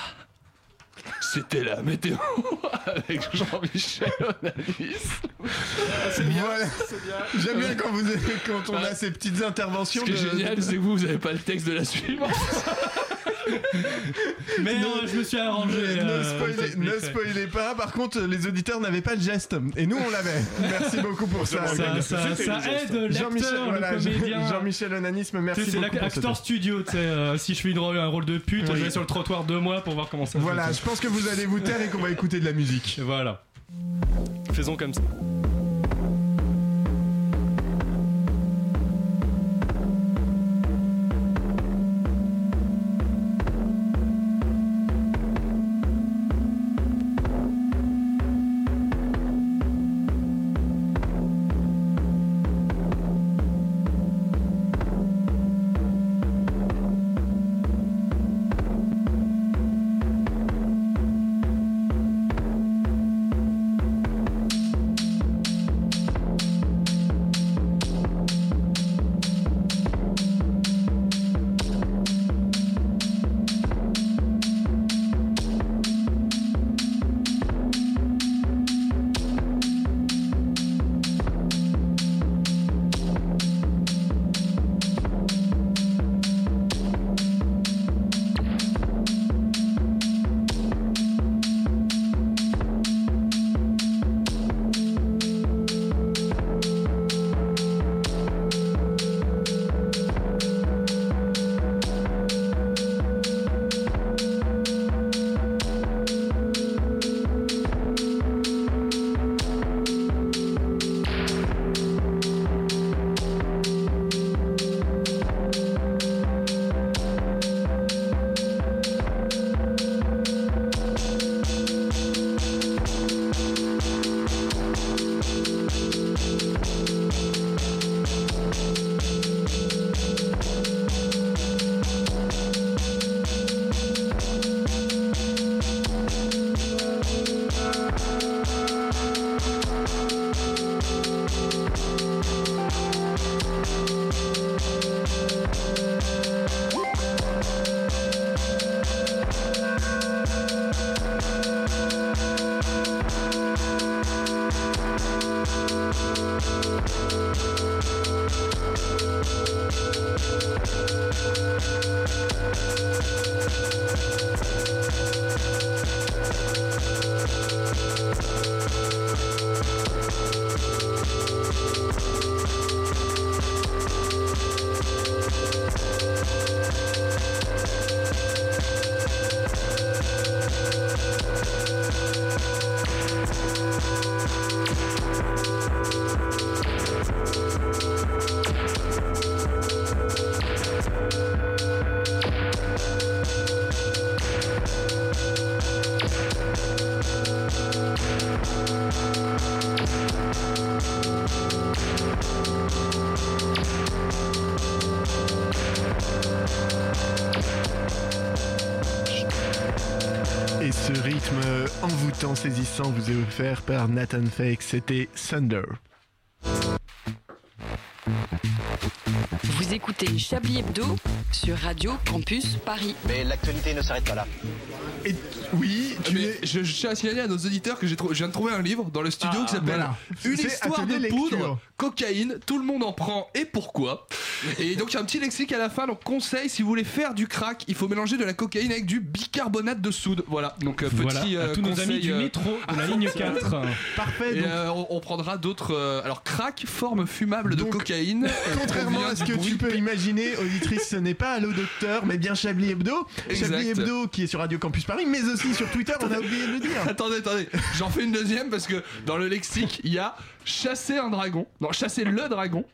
Speaker 8: C'était la météo avec Jean-Michel Onanisme.
Speaker 1: Voilà. J'aime bien quand, vous avez- quand on a ces petites
Speaker 8: Ce
Speaker 1: interventions.
Speaker 8: qui est
Speaker 1: de-
Speaker 8: génial c'est que vous vous avez pas le texte de la suivante.
Speaker 3: Mais euh, je me suis arrangé.
Speaker 1: Ne,
Speaker 3: euh,
Speaker 1: spoilez,
Speaker 3: ça
Speaker 1: ne
Speaker 3: se fait.
Speaker 1: spoilez pas. Par contre, les auditeurs n'avaient pas le geste. Et nous, on l'avait. Merci beaucoup pour ça.
Speaker 3: Ça, Ah, ça, ça aide
Speaker 1: Jean-Michel,
Speaker 3: l'acteur,
Speaker 1: voilà,
Speaker 3: le comédien.
Speaker 1: Jean-Michel Onanisme,
Speaker 3: Tu sais,
Speaker 1: merci
Speaker 3: C'est
Speaker 1: beaucoup. pour ce
Speaker 3: l'acteur
Speaker 1: texte.
Speaker 3: studio, tu sais, euh, si je fais une rôle- un rôle de pute,
Speaker 1: Oui.
Speaker 3: je vais sur le trottoir deux mois pour voir comment ça se
Speaker 1: Voilà,
Speaker 3: passe.
Speaker 1: je pense que vous allez vous taire et qu'on va écouter de la musique.
Speaker 3: Voilà. Faisons comme ça.
Speaker 16: Thank
Speaker 1: rythme envoûtant, saisissant vous est offert par Nathan Fake. C'était Thunder.
Speaker 11: Vous écoutez Chablis Hebdo sur Radio Campus Paris.
Speaker 6: Mais l'actualité ne s'arrête pas là.
Speaker 1: oui,
Speaker 8: tu je, je tiens à signaler à nos auditeurs que j'ai trou- je viens de trouver un livre dans le studio
Speaker 1: Ah,
Speaker 8: qui s'appelle
Speaker 1: voilà.
Speaker 8: Une
Speaker 1: C'est
Speaker 8: histoire de
Speaker 1: atelier lecture.
Speaker 8: poudre, cocaïne, tout le monde en prend et pourquoi. Et donc il y a un petit lexique à la fin, donc conseil si vous voulez faire du crack, il faut mélanger de la cocaïne avec du bicarbonate de soude. Voilà, donc euh, petit
Speaker 3: Voilà, à
Speaker 8: euh,
Speaker 3: tous nos
Speaker 8: conseil,
Speaker 3: amis du
Speaker 8: euh,
Speaker 3: métro de la ligne 4.
Speaker 1: Parfait.
Speaker 8: Et, euh, on, on prendra d'autres. euh, alors crack, forme fumable de cocaïne. euh,
Speaker 1: Contrairement
Speaker 8: provient
Speaker 1: à ce
Speaker 8: du
Speaker 1: que
Speaker 8: bruit
Speaker 1: tu peux imaginer, auditrice, ce n'est pas Allo Docteur, mais bien Chablis Hebdo.
Speaker 8: Exact.
Speaker 1: Chablis Hebdo qui est sur Radio Campus Paris, mais aussi sur Twitter, on a oublié de le dire.
Speaker 8: Attendez, attendez, j'en fais une deuxième parce que dans le lexique, il y a chasser un dragon, non, chasser le dragon,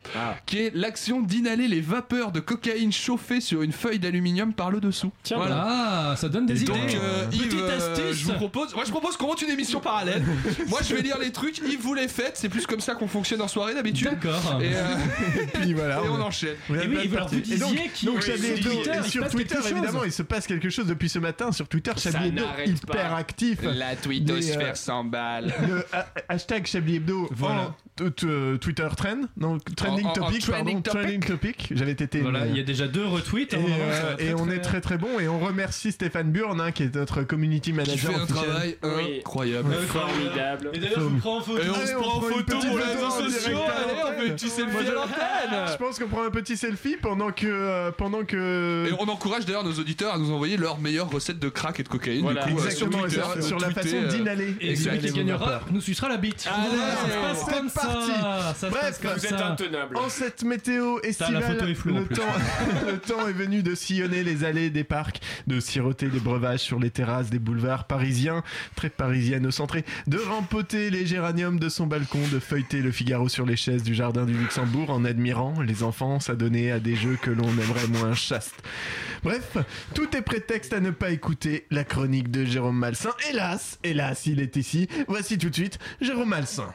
Speaker 8: qui est l'action d'inhaler les vapeurs de cocaïne chauffée sur une feuille d'aluminium par le dessous.
Speaker 3: Tiens, ah, ça donne des idées.
Speaker 8: Donc, euh, Yves,
Speaker 3: Petite
Speaker 8: euh,
Speaker 3: astuce.
Speaker 8: je vous propose, moi je propose qu'on monte une émission parallèle. moi je vais lire les trucs, Yves vous les faites, c'est plus comme ça qu'on fonctionne en soirée d'habitude.
Speaker 3: D'accord. Ah,
Speaker 8: Et, euh,
Speaker 1: Et puis voilà.
Speaker 8: Et on
Speaker 1: est-
Speaker 8: enchaîne.
Speaker 1: on est
Speaker 8: Et
Speaker 1: mal
Speaker 8: Eh oui, alors
Speaker 1: parti.
Speaker 8: vous disiez
Speaker 1: donc,
Speaker 8: qu'il-
Speaker 1: donc
Speaker 8: oui,
Speaker 1: Chablis
Speaker 8: sur
Speaker 1: Hebdo,
Speaker 8: Twitter,
Speaker 1: et
Speaker 8: il se
Speaker 1: sur
Speaker 8: passe
Speaker 1: Twitter,
Speaker 8: quelque chose.
Speaker 1: évidemment, il se passe quelque chose depuis ce matin sur Twitter.
Speaker 8: Ça
Speaker 1: Chablis Hebdo,
Speaker 8: n'arrête
Speaker 1: hyper
Speaker 8: pas.
Speaker 1: actif.
Speaker 8: La
Speaker 1: Des,
Speaker 8: twittosphère
Speaker 1: euh,
Speaker 8: s'emballe.
Speaker 1: le ha- hashtag Chablis Hebdo
Speaker 8: Voilà.
Speaker 1: en t- t- Twitter trend non trending
Speaker 8: En- en- en
Speaker 1: topic
Speaker 8: trending
Speaker 1: pardon, trending topic j'avais été
Speaker 3: Voilà, il y a déjà deux retweets.
Speaker 1: et,
Speaker 3: hein, vraiment, ça
Speaker 1: euh,
Speaker 3: va très,
Speaker 1: et on
Speaker 3: très-
Speaker 1: est très très bon et on remercie Stéphane Burn hein, qui est notre community
Speaker 8: Qui
Speaker 1: manager
Speaker 8: fait un
Speaker 1: officiel.
Speaker 8: travail incroyable.
Speaker 2: Formidable.
Speaker 3: Et d'ailleurs, je vous prends en photo.
Speaker 8: Et on se
Speaker 1: Allez, on
Speaker 8: prend en
Speaker 1: prend une
Speaker 8: photo
Speaker 1: petite
Speaker 8: pour les
Speaker 1: photo
Speaker 8: réseaux
Speaker 1: en direct
Speaker 8: sociaux.
Speaker 1: à
Speaker 8: Allez, on
Speaker 1: l'antenne.
Speaker 8: fait une petite
Speaker 1: Moi,
Speaker 8: selfie
Speaker 1: je-
Speaker 8: à l'antenne.
Speaker 1: je pense qu'on prend un petit selfie pendant que euh, pendant que
Speaker 8: Et on encourage d'ailleurs nos auditeurs à nous envoyer leurs meilleures recettes de crack et de cocaïne.
Speaker 1: Voilà,
Speaker 8: du coup, euh,
Speaker 1: exactement,
Speaker 8: sur, Twitter,
Speaker 1: et sur-
Speaker 8: euh,
Speaker 1: sur la
Speaker 8: tweeter,
Speaker 1: façon
Speaker 8: euh,
Speaker 1: d'inhaler.
Speaker 3: Et celui qui
Speaker 8: exactement.
Speaker 3: gagnera nous sucera la bite.
Speaker 8: Allez,
Speaker 3: Voilà, ça se passe
Speaker 1: c'est
Speaker 3: comme
Speaker 1: parti.
Speaker 3: ça. Ça se
Speaker 1: Bref,
Speaker 3: passe comme
Speaker 1: vous
Speaker 3: ça. Oh.
Speaker 1: êtes
Speaker 2: intenable.
Speaker 1: En cette météo
Speaker 3: Putain, la
Speaker 1: estivale,
Speaker 3: photo est floue, en
Speaker 1: le,
Speaker 3: plus.
Speaker 1: temps, le temps est venu de sillonner les allées des parcs, de siroter des breuvages sur les terrasses des boulevards parisiens, très parisiennes au centré, de rempoter les géraniums de son balcon, de feuilleter le Figaro sur les chaises du jardin du Luxembourg en admirant les enfants s'adonner à des jeux que l'on aimerait moins chastes. Bref, tout est prétexte à ne pas écouter la chronique de Jérôme Malsain. Hélas, hélas, il est ici. Voici tout de suite Jérôme Malsain.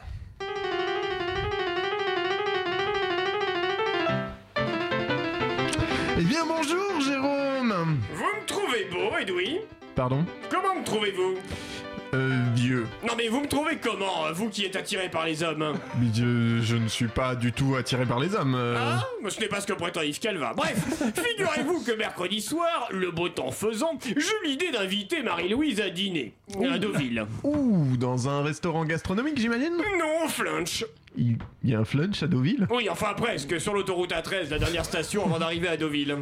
Speaker 1: Eh bien bonjour Jérôme
Speaker 2: Vous me trouvez beau, Edoui
Speaker 1: Pardon
Speaker 2: Comment me trouvez-vous
Speaker 1: Euh, Dieu.
Speaker 2: Non mais vous me trouvez comment, euh, vous qui êtes attiré par les hommes hein
Speaker 1: Mais je, je ne suis pas du tout attiré par les hommes. euh.
Speaker 2: Ah, mais ce n'est pas ce que prétend Yves Calva. Bref, figurez-vous que mercredi soir, le beau temps faisant, j'eus l'idée d'inviter Marie-Louise à dîner à Deauville.
Speaker 1: Ouh, dans un restaurant gastronomique, j'imagine
Speaker 2: Non, flunch
Speaker 1: Il il y a un flunch à Deauville
Speaker 2: Oui, enfin presque, sur l'autoroute A13, la dernière station avant d'arriver à Deauville.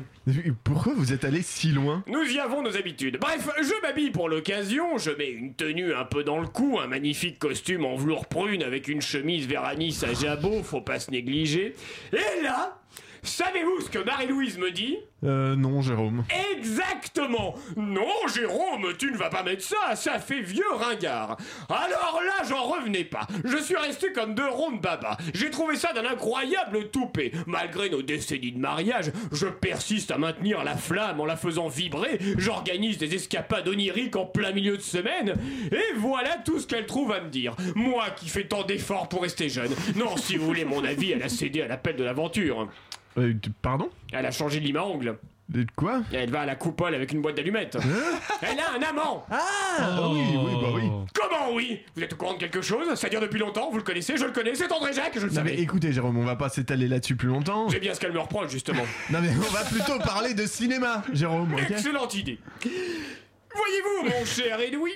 Speaker 1: Pourquoi vous êtes allé si loin
Speaker 2: Nous y avons nos habitudes. Bref, je m'habille pour l'occasion, je mets une tenue un peu dans le cou, un magnifique costume en velours prune avec une chemise vers anis à jabot, faut pas se négliger. Et là, savez-vous ce que Marie-Louise me dit
Speaker 1: Euh, non, Jérôme.
Speaker 2: Exactement Non, Jérôme, tu ne vas pas mettre ça, ça fait vieux ringard. Alors là, j'en revenais pas. Je suis resté comme deux ronds de baba. J'ai trouvé ça d'un incroyable toupet. Malgré nos décennies de mariage, je persiste à maintenir la flamme en la faisant vibrer. J'organise des escapades oniriques en plein milieu de semaine. Et voilà tout ce qu'elle trouve à me dire. Moi qui fais tant d'efforts pour rester jeune. Non, si vous voulez mon avis, elle a cédé à l'appel de l'aventure.
Speaker 1: Euh, tu- pardon
Speaker 2: Elle a changé de lime à ongles.
Speaker 1: De quoi
Speaker 2: Elle va à la coupole avec une boîte d'allumettes. Elle a un amant
Speaker 1: Hein Ah oui, oui, bah oui.
Speaker 2: Comment oui Vous êtes au courant de quelque chose Ça dure depuis longtemps, vous le connaissez, je le connais, c'est André Jacques, je le
Speaker 1: Non mais
Speaker 2: savais.
Speaker 1: écoutez Jérôme, on va pas s'étaler là-dessus plus longtemps.
Speaker 2: C'est bien ce qu'elle me reproche justement.
Speaker 1: Non mais on va plutôt parler de cinéma, Jérôme, ok
Speaker 2: Excellente idée. Voyez-vous, mon cher Edoui,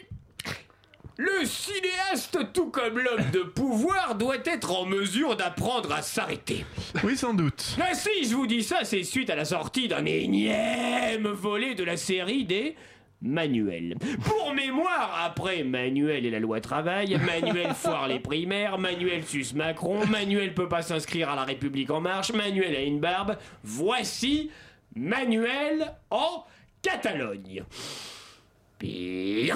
Speaker 2: le cinéaste, tout comme l'homme de pouvoir, doit être en mesure d'apprendre à s'arrêter.
Speaker 1: Oui, sans doute.
Speaker 2: Ah si, je vous dis ça, c'est suite à la sortie d'un énième volet de la série des manuels. Pour mémoire, après Manuel et la loi travail, Manuel foire les primaires, Manuel suce Macron, Manuel peut pas s'inscrire à la République en marche, Manuel a une barbe, voici Manuel en Catalogne. Bien.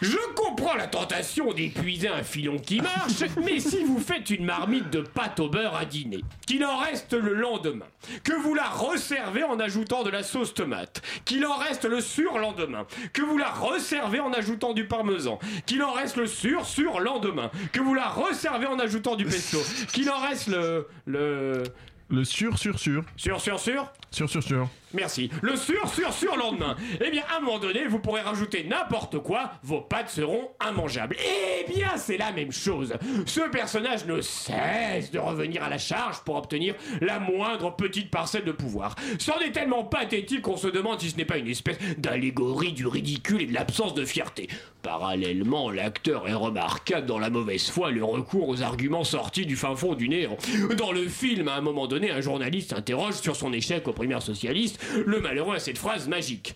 Speaker 2: Je comprends la tentation d'épuiser un filon qui marche, mais si vous faites une marmite de pâte au beurre à dîner, qu'il en reste le lendemain, que vous la resservez en ajoutant de la sauce tomate, qu'il en reste le surlendemain, que vous la resservez en ajoutant du parmesan, qu'il en reste le sur surlendemain, que vous la resservez en ajoutant du pesto, qu'il en reste le le
Speaker 1: Le sur, sur, sur.
Speaker 2: sur sur sur
Speaker 1: Sur, sur, sur.
Speaker 2: Merci. Le sur, sur, sur lendemain. Eh bien, à un moment donné, vous pourrez rajouter n'importe quoi, vos pattes seront immangeables. Eh bien, c'est la même chose. Ce personnage ne cesse de revenir à la charge pour obtenir la moindre petite parcelle de pouvoir. C'en est tellement pathétique qu'on se demande si ce n'est pas une espèce d'allégorie du ridicule et de l'absence de fierté. Parallèlement, l'acteur est remarquable dans la mauvaise foi et le recours aux arguments sortis du fin fond du néant. Dans le film, à un moment donné, un journaliste s'interroge sur son échec aux primaires socialistes. Le malheureux a cette phrase magique.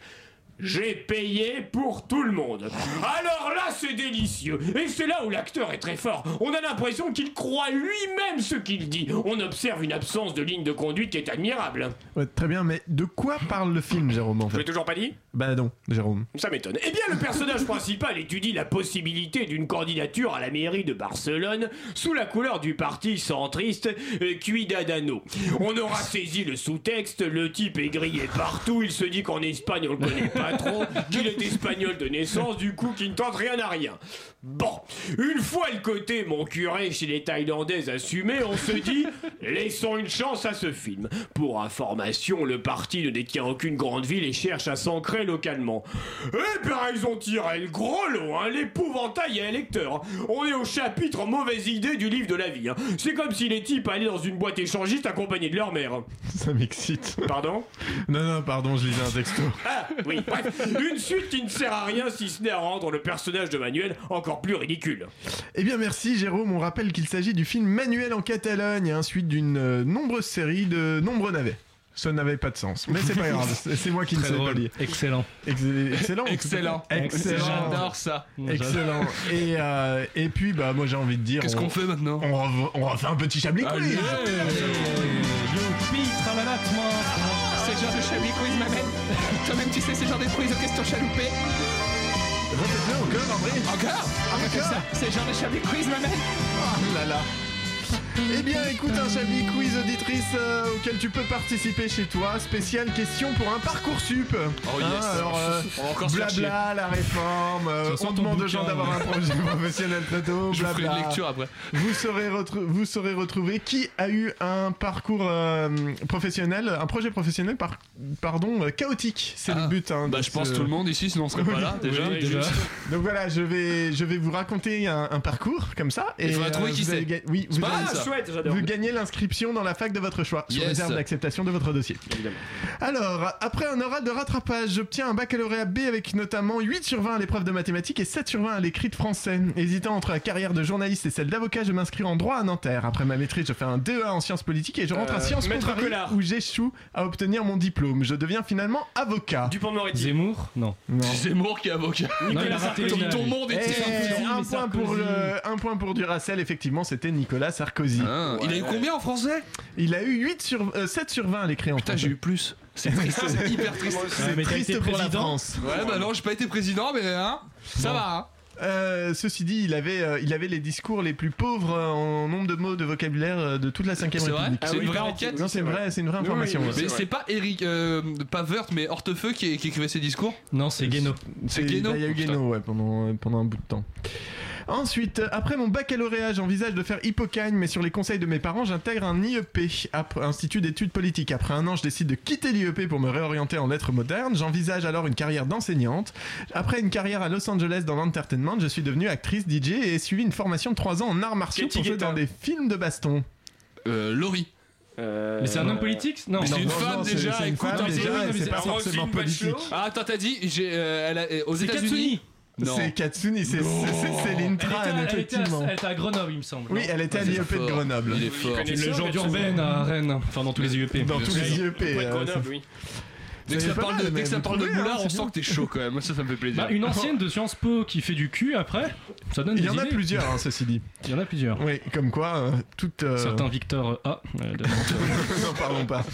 Speaker 2: J'ai payé pour tout le monde. Alors là, c'est délicieux. Et c'est là où l'acteur est très fort. On a l'impression qu'il croit lui-même ce qu'il dit. On observe une absence de ligne de conduite qui est admirable.
Speaker 1: Ouais, très bien, mais de quoi parle le film, Jérôme en
Speaker 2: Je l'ai
Speaker 1: fait
Speaker 2: toujours pas dit
Speaker 1: Bah non, Jérôme.
Speaker 2: Ça m'étonne. Eh bien, le personnage principal étudie la possibilité d'une candidature à la mairie de Barcelone sous la couleur du parti centriste euh, Cuidadano. On aura saisi le sous-texte, le type est grillé partout, il se dit qu'en Espagne on le connaît pas trop, qu'il est espagnol de naissance, du coup qu'il ne tente rien à rien. Bon, une fois le côté mon curé chez les Thaïlandais assumé, on se dit laissons une chance à ce film. Pour information, le parti ne détient aucune grande ville et cherche à s'ancrer localement. Eh ben, ils ont tiré le gros lot, hein, l'épouvantail à électeur. On est au chapitre mauvaise idée du livre de la vie. hein. C'est comme si les types allaient dans une boîte échangiste accompagnés de leur mère.
Speaker 1: Ça m'excite.
Speaker 2: Pardon
Speaker 1: Non, non, pardon, je lisais un texto.
Speaker 2: Ah, oui, bref, une suite qui ne sert à rien si ce n'est à rendre le personnage de Manuel encore plus ridicule.
Speaker 1: Eh bien merci Jérôme, on rappelle qu'il s'agit du film Manuel en Catalogne, hein, suite d'une euh, nombreuse série de nombreux navets. Ça n'avait pas de sens, mais c'est pas grave, c'est c'est moi qui ne
Speaker 3: Très
Speaker 1: savais pas
Speaker 3: drôle.
Speaker 1: lire.
Speaker 3: Excellent.
Speaker 1: Ex- excellent.
Speaker 8: Excellent.
Speaker 1: Excellent.
Speaker 8: J'adore ça.
Speaker 1: Excellent. Et, euh, et puis, bah, moi j'ai envie de dire.
Speaker 8: Qu'est-ce
Speaker 1: on-
Speaker 8: qu'on Ah, fait maintenant
Speaker 1: on, rev- on refait un petit chablis quiz.
Speaker 8: Allez
Speaker 16: C'est le genre de chablis quiz, ma mère. Toi-même, tu sais, c'est le genre de quiz aux questions chaloupées.
Speaker 1: Refaites-le encore, André.
Speaker 16: Encore Encore C'est le genre de chablis quiz, ma mère.
Speaker 1: Oh là là. Eh bien, écoute un chablis quiz auditrice euh, auquel tu peux participer chez toi. Spécial question pour un parcours sup.
Speaker 8: Oh, yes.
Speaker 1: alors, euh,
Speaker 8: On va encore se faire
Speaker 1: blabla,
Speaker 8: chier.
Speaker 1: la réforme. euh,
Speaker 8: Ça sent
Speaker 1: on
Speaker 8: ton
Speaker 1: demande aux
Speaker 8: bouquin,
Speaker 1: gens d'avoir un
Speaker 8: ouais.
Speaker 1: projet professionnel très tôt.
Speaker 8: Je vous ferai
Speaker 1: blabla. Oh,
Speaker 8: une lecture après.
Speaker 1: Vous saurez, retrou- vous saurez retrouver qui a eu un parcours euh, professionnel, un projet professionnel, par- pardon, euh, chaotique. C'est le but. hein,
Speaker 8: Bah,
Speaker 1: de
Speaker 8: je pense
Speaker 1: ce-
Speaker 8: tout le monde ici, sinon on serait pas là
Speaker 1: Oui,
Speaker 8: déjà.
Speaker 1: oui, juste. Donc voilà, je vais, je vais vous raconter un, un parcours comme ça. euh,
Speaker 8: Et je vais trouver qui
Speaker 1: vous allez
Speaker 8: c'est.
Speaker 1: ga- Oui,
Speaker 8: C'est
Speaker 1: vous,
Speaker 8: pas
Speaker 1: allez-
Speaker 3: Ah,
Speaker 8: mal, ça. Chouette, j'adore.
Speaker 1: vous gagnez l'inscription dans la fac de votre choix, sous
Speaker 8: Yes.
Speaker 1: réserve d'acceptation de votre dossier. Alors, après un oral de rattrapage, j'obtiens un baccalauréat B avec notamment 8 sur 20 à l'épreuve de mathématiques et 7 sur 20 à l'écrit de français. Hésitant entre la carrière de journaliste et celle d'avocat, je m'inscris en droit à Nanterre. Après ma maîtrise, je fais un DEA en sciences politiques et je rentre à
Speaker 9: Euh,
Speaker 1: Sciences Po
Speaker 9: Maître
Speaker 1: Paris,
Speaker 9: Collard.
Speaker 1: où j'échoue à obtenir mon diplôme. Je deviens finalement avocat.
Speaker 9: Dupont-Moretti.
Speaker 3: Zemmour Non.
Speaker 8: Zemmour qui est avocat.
Speaker 3: Non, il a raté
Speaker 8: Ton-
Speaker 3: une,
Speaker 8: Ton
Speaker 3: oui.
Speaker 8: monde est
Speaker 1: Eh, un, point pour le- un point pour Duracell, effectivement, c'était Nicolas Sarkozy.
Speaker 9: Ah.
Speaker 8: Hein, il a eu combien en français
Speaker 1: Il a eu 8 sur, euh, 7 sur 20 à l'écrit en français. Putain, j'ai
Speaker 8: eu plus. C'est triste, c'est hyper triste.
Speaker 1: C'est triste pour la France.
Speaker 8: Ouais, bah non, j'ai pas été président, mais hein, ça
Speaker 1: Bon.
Speaker 8: va. Hein.
Speaker 1: Euh, ceci dit, il avait, euh, il avait les discours les plus pauvres euh, en nombre de mots de vocabulaire euh, de toute la 5ème
Speaker 8: C'est vrai
Speaker 1: République.
Speaker 8: C'est une vraie enquête
Speaker 1: Non, c'est vrai, c'est une vraie information. hein. ouais.
Speaker 8: Mais c'est pas Eric, euh, pas Wörth, mais Hortefeux qui, qui écrivait ses discours
Speaker 3: Non, c'est Guéno.
Speaker 8: C'est
Speaker 1: bah, Il y
Speaker 8: Guéno
Speaker 1: a eu Guéno, ouais, pendant, euh, pendant un bout de temps. Ensuite, euh, après mon baccalauréat, j'envisage de faire Hippocagne, mais sur les conseils de mes parents, j'intègre un IEP, ap- Institut d'études politiques. Après un an, je décide de quitter l'IEP pour me réorienter en lettres modernes. J'envisage alors une carrière d'enseignante. Après une carrière à Los Angeles dans l'entertainment, je suis devenue actrice, DJ et ai suivi une formation de 3 ans en arts martiaux
Speaker 9: Cathy
Speaker 1: pour jouer
Speaker 9: Guetta.
Speaker 1: dans des films de baston.
Speaker 8: Euh, Laurie.
Speaker 3: Mais c'est un homme politique Non.
Speaker 8: Mais c'est une
Speaker 3: Non,
Speaker 8: femme
Speaker 3: non, Euh, c'est-
Speaker 8: déjà,
Speaker 3: c'est une
Speaker 8: écoute,
Speaker 3: femme
Speaker 8: hein,
Speaker 3: déjà,
Speaker 8: c'est-
Speaker 3: et
Speaker 8: oui,
Speaker 3: c'est
Speaker 8: mais
Speaker 3: pas
Speaker 8: c'est-
Speaker 3: forcément
Speaker 8: Roselyne Bachelot.
Speaker 3: politique.
Speaker 8: Ah, attends, t'as dit, j'ai, euh, elle a- euh, aux
Speaker 3: C'est
Speaker 8: États-Unis. Non.
Speaker 1: C'est Katsuni, c'est
Speaker 8: Non.
Speaker 1: c'est- c'est Céline
Speaker 3: Elle était à-
Speaker 1: Tran,
Speaker 3: elle était à-
Speaker 1: effectivement.
Speaker 3: elle était à Grenoble, il me semble.
Speaker 1: Oui,
Speaker 3: non
Speaker 1: elle était à
Speaker 3: Ouais, c'est
Speaker 1: l'IEP de
Speaker 3: fort.
Speaker 1: Grenoble.
Speaker 8: Il est fort.
Speaker 3: C'est le genre d'urbaine à Rennes, enfin dans tous les IEP.
Speaker 1: Dans tous les IEP. euh,
Speaker 9: Grenoble, oui.
Speaker 8: Dès que
Speaker 1: C'est
Speaker 8: ça
Speaker 1: pas
Speaker 8: parle
Speaker 1: mal,
Speaker 8: de, dès
Speaker 1: mais
Speaker 8: que ça
Speaker 1: vous
Speaker 8: parle de
Speaker 1: trouvez, hein,
Speaker 8: boulard,
Speaker 1: c'est
Speaker 8: on sent
Speaker 1: bien.
Speaker 8: que t'es chaud quand même. Ça, ça me fait plaisir. Oh,
Speaker 3: Bah, une ancienne de Sciences Po qui fait du cul après, ça donne
Speaker 1: Il y
Speaker 3: des
Speaker 1: en a
Speaker 3: idées.
Speaker 1: plusieurs, hein, ceci dit.
Speaker 3: Il y en a plusieurs.
Speaker 1: Oui, comme quoi, euh, toute. euh,
Speaker 3: Certains Victor A. euh, de-
Speaker 1: non, parlons pas.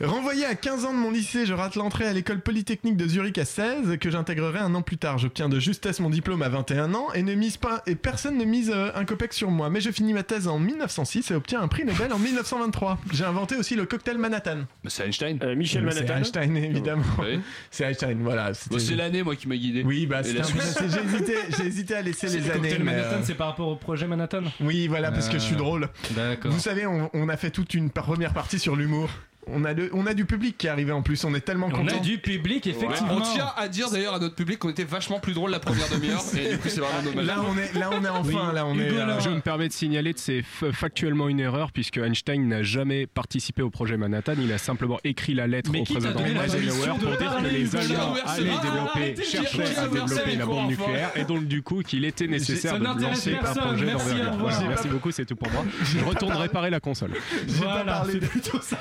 Speaker 1: Renvoyé à 15 ans de mon lycée, je rate l'entrée à l'école polytechnique de Zurich à 16, que j'intégrerai un an plus tard. J'obtiens de justesse mon diplôme à 21 ans et ne mise pas et personne ne mise euh, un copec sur moi. Mais je finis ma thèse en 1906 et obtiens un prix Nobel en 1923. J'ai inventé aussi le cocktail Manhattan.
Speaker 8: Mais c'est Einstein.
Speaker 2: Euh,
Speaker 3: Euh,
Speaker 9: Michel
Speaker 1: C'est
Speaker 9: Manhattan.
Speaker 1: Einstein évidemment.
Speaker 8: Oui.
Speaker 1: C'est Einstein, voilà. c'était-
Speaker 3: Bah,
Speaker 8: Bon, c'est l'année, moi, qui m'a guidé.
Speaker 1: Oui, bah
Speaker 8: Et
Speaker 1: c'est
Speaker 8: la
Speaker 1: un peu-
Speaker 8: Suisse.
Speaker 1: j'ai hésité, j'ai hésité à laisser les
Speaker 3: Le cocktail
Speaker 1: années. mais,
Speaker 3: Manhattan,
Speaker 1: euh,
Speaker 3: c'est par rapport au projet Manhattan
Speaker 1: Oui, voilà, parce que je suis
Speaker 3: Ah.
Speaker 1: drôle.
Speaker 3: D'accord.
Speaker 1: Vous savez, on, on a fait toute une par- première partie sur l'humour. On a, le- on a du public qui est arrivé en plus, on est tellement
Speaker 8: on a
Speaker 1: content.
Speaker 8: du
Speaker 2: public,
Speaker 8: On tient à dire d'ailleurs à notre public qu'on était vachement plus drôle la première demi-heure et du coup c'est vraiment dommage.
Speaker 1: Là, on est- là, on est enfin, là, on est,
Speaker 17: Hugo,
Speaker 1: euh,
Speaker 17: Je me permets de signaler que c'est f- factuellement une erreur puisque Einstein n'a jamais participé au projet Manhattan. Il a simplement écrit la lettre au
Speaker 2: qui t'a
Speaker 17: président
Speaker 2: donné la permission
Speaker 17: Eisenhower
Speaker 2: de
Speaker 17: pour dire que
Speaker 2: parler,
Speaker 17: les
Speaker 2: Hugo
Speaker 17: Allemands
Speaker 2: Lauer, c'est
Speaker 17: allaient
Speaker 2: vrai. Arrêtez
Speaker 17: développer,
Speaker 2: de dire
Speaker 17: cherchaient
Speaker 2: qu'il
Speaker 17: à
Speaker 2: a versé
Speaker 17: développer
Speaker 2: les
Speaker 17: la
Speaker 2: cours,
Speaker 17: bombe
Speaker 2: enfin.
Speaker 17: nucléaire et donc du coup qu'il était nécessaire
Speaker 2: Ça
Speaker 17: de
Speaker 2: n'intéresse
Speaker 17: lancer un
Speaker 2: personne,
Speaker 17: projet
Speaker 2: merci, au
Speaker 17: d'envergure.
Speaker 2: revoir.
Speaker 17: Voilà,
Speaker 2: J'ai
Speaker 17: merci
Speaker 2: pas-
Speaker 17: beaucoup, c'est tout pour moi. Je retourne réparer la console.
Speaker 1: J'ai pas parlé de tout ça.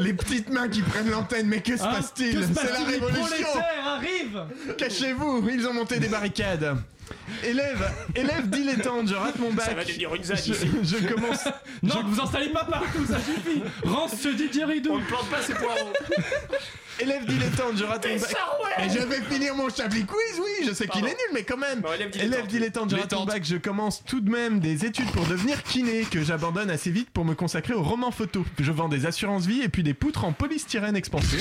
Speaker 1: Les petites mains qui prennent l'antenne, mais que se
Speaker 18: Hein
Speaker 1: passe-t-il
Speaker 18: Que se
Speaker 1: C'est la
Speaker 18: passe-t-il Les
Speaker 1: révolution
Speaker 18: prolétaires arrivent
Speaker 1: Cachez-vous, ils ont monté des barricades. Élève, élève dilettante, je rate mon bac.
Speaker 19: Ça va devenir une zague
Speaker 1: Je,
Speaker 19: ici.
Speaker 1: je commence.
Speaker 2: Non, vous installez pas partout, ça suffit. Rance ce didgeridoo. On ne plante pas ses poireaux.
Speaker 1: Élève dilettante, je rate mon
Speaker 2: Des
Speaker 1: bac.
Speaker 2: sarouels
Speaker 1: Mais je vais finir mon Chablis quiz, oui, je sais qu'il est
Speaker 2: Pardon.
Speaker 1: nul, mais quand même.
Speaker 2: élève dilettante.
Speaker 1: Élève dilettante, je rate mon bac, je commence tout de même des études pour devenir kiné, que j'abandonne assez vite pour me consacrer au roman photo. Je vends des assurances-vie et puis des poutres en polystyrène expansé,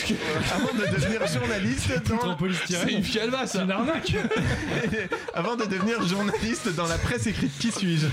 Speaker 1: avant de devenir journaliste dans...
Speaker 8: C'est une fialva ça.
Speaker 1: avant de devenir journaliste dans la presse écrite. Qui suis-je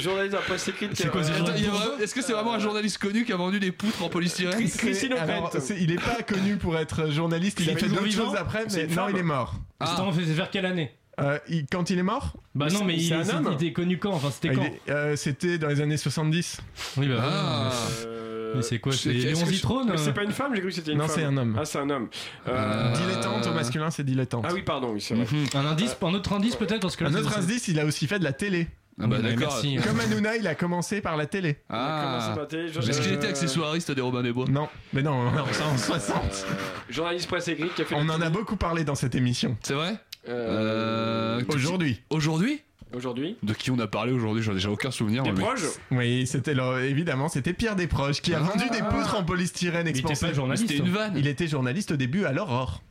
Speaker 20: Journaliste dans la presse écrite. qui-
Speaker 8: euh,
Speaker 2: hein.
Speaker 8: Attends, il y a vraiment- Est-ce que c'est vraiment un journaliste connu qui a vendu des poutres en polystyrène
Speaker 1: C'est- alors, c'est- Il est pas connu pour être journaliste, il
Speaker 8: Il
Speaker 1: a
Speaker 8: est
Speaker 1: fait
Speaker 8: toujours
Speaker 1: d'autres
Speaker 8: vivant
Speaker 1: choses après,
Speaker 8: C'est
Speaker 1: mais
Speaker 8: une
Speaker 1: non,
Speaker 8: femme
Speaker 1: il est mort.
Speaker 8: Ah.
Speaker 2: Attends, vers quelle année
Speaker 1: Euh, il- quand il est mort
Speaker 2: Bah non, mais
Speaker 1: c'est
Speaker 2: il,
Speaker 1: un
Speaker 2: c'est-
Speaker 1: homme.
Speaker 2: il était connu quand Enfin, c'était
Speaker 1: Ah, il
Speaker 2: quand
Speaker 1: est- euh, C'était dans les années 70.
Speaker 2: Oui, bah
Speaker 8: Ah.
Speaker 2: voilà. Mais c'est quoi C'est Léon Zitrone
Speaker 20: C'est pas une femme, j'ai cru que c'était une
Speaker 1: Non,
Speaker 20: femme.
Speaker 1: c'est un homme. Euh,
Speaker 20: Ah, c'est un homme. Euh,
Speaker 1: Dilettante au masculin, c'est dilettante.
Speaker 20: Ah oui, pardon, oui, c'est vrai.
Speaker 2: euh
Speaker 8: Mhm.
Speaker 2: Un indice, un autre indice peut-être parce que là,
Speaker 1: Un
Speaker 2: c'est-
Speaker 1: autre
Speaker 2: c'est-
Speaker 1: indice, il a aussi fait de la télé.
Speaker 8: Ah bah, d'accord. Merci.
Speaker 1: Comme Hanouna, il a commencé par la télé.
Speaker 8: Ah.
Speaker 20: par la télé, je-
Speaker 8: Est-ce qu'il était
Speaker 20: Euh,
Speaker 8: accessoiriste des Robin des Bois
Speaker 1: Non, mais non, non, ça en 60.
Speaker 20: Journaliste presse écrite qui a fait.
Speaker 1: On en a beaucoup parlé dans cette émission.
Speaker 8: C'est vrai
Speaker 20: Euh,
Speaker 1: Aujourd'hui.
Speaker 8: Aujourd'hui
Speaker 20: Aujourd'hui
Speaker 8: De qui on a parlé aujourd'hui J'en ai j'ai aucun souvenir.
Speaker 20: Des
Speaker 8: moi, Oh, mais-
Speaker 20: proches
Speaker 1: Oui, c'était le- évidemment, c'était Pierre Desproges qui a
Speaker 8: Ah.
Speaker 1: vendu des poutres en polystyrène
Speaker 8: était
Speaker 1: expansé.
Speaker 8: pas journaliste. C'était une vanne.
Speaker 1: Il était journaliste au début à l'aurore.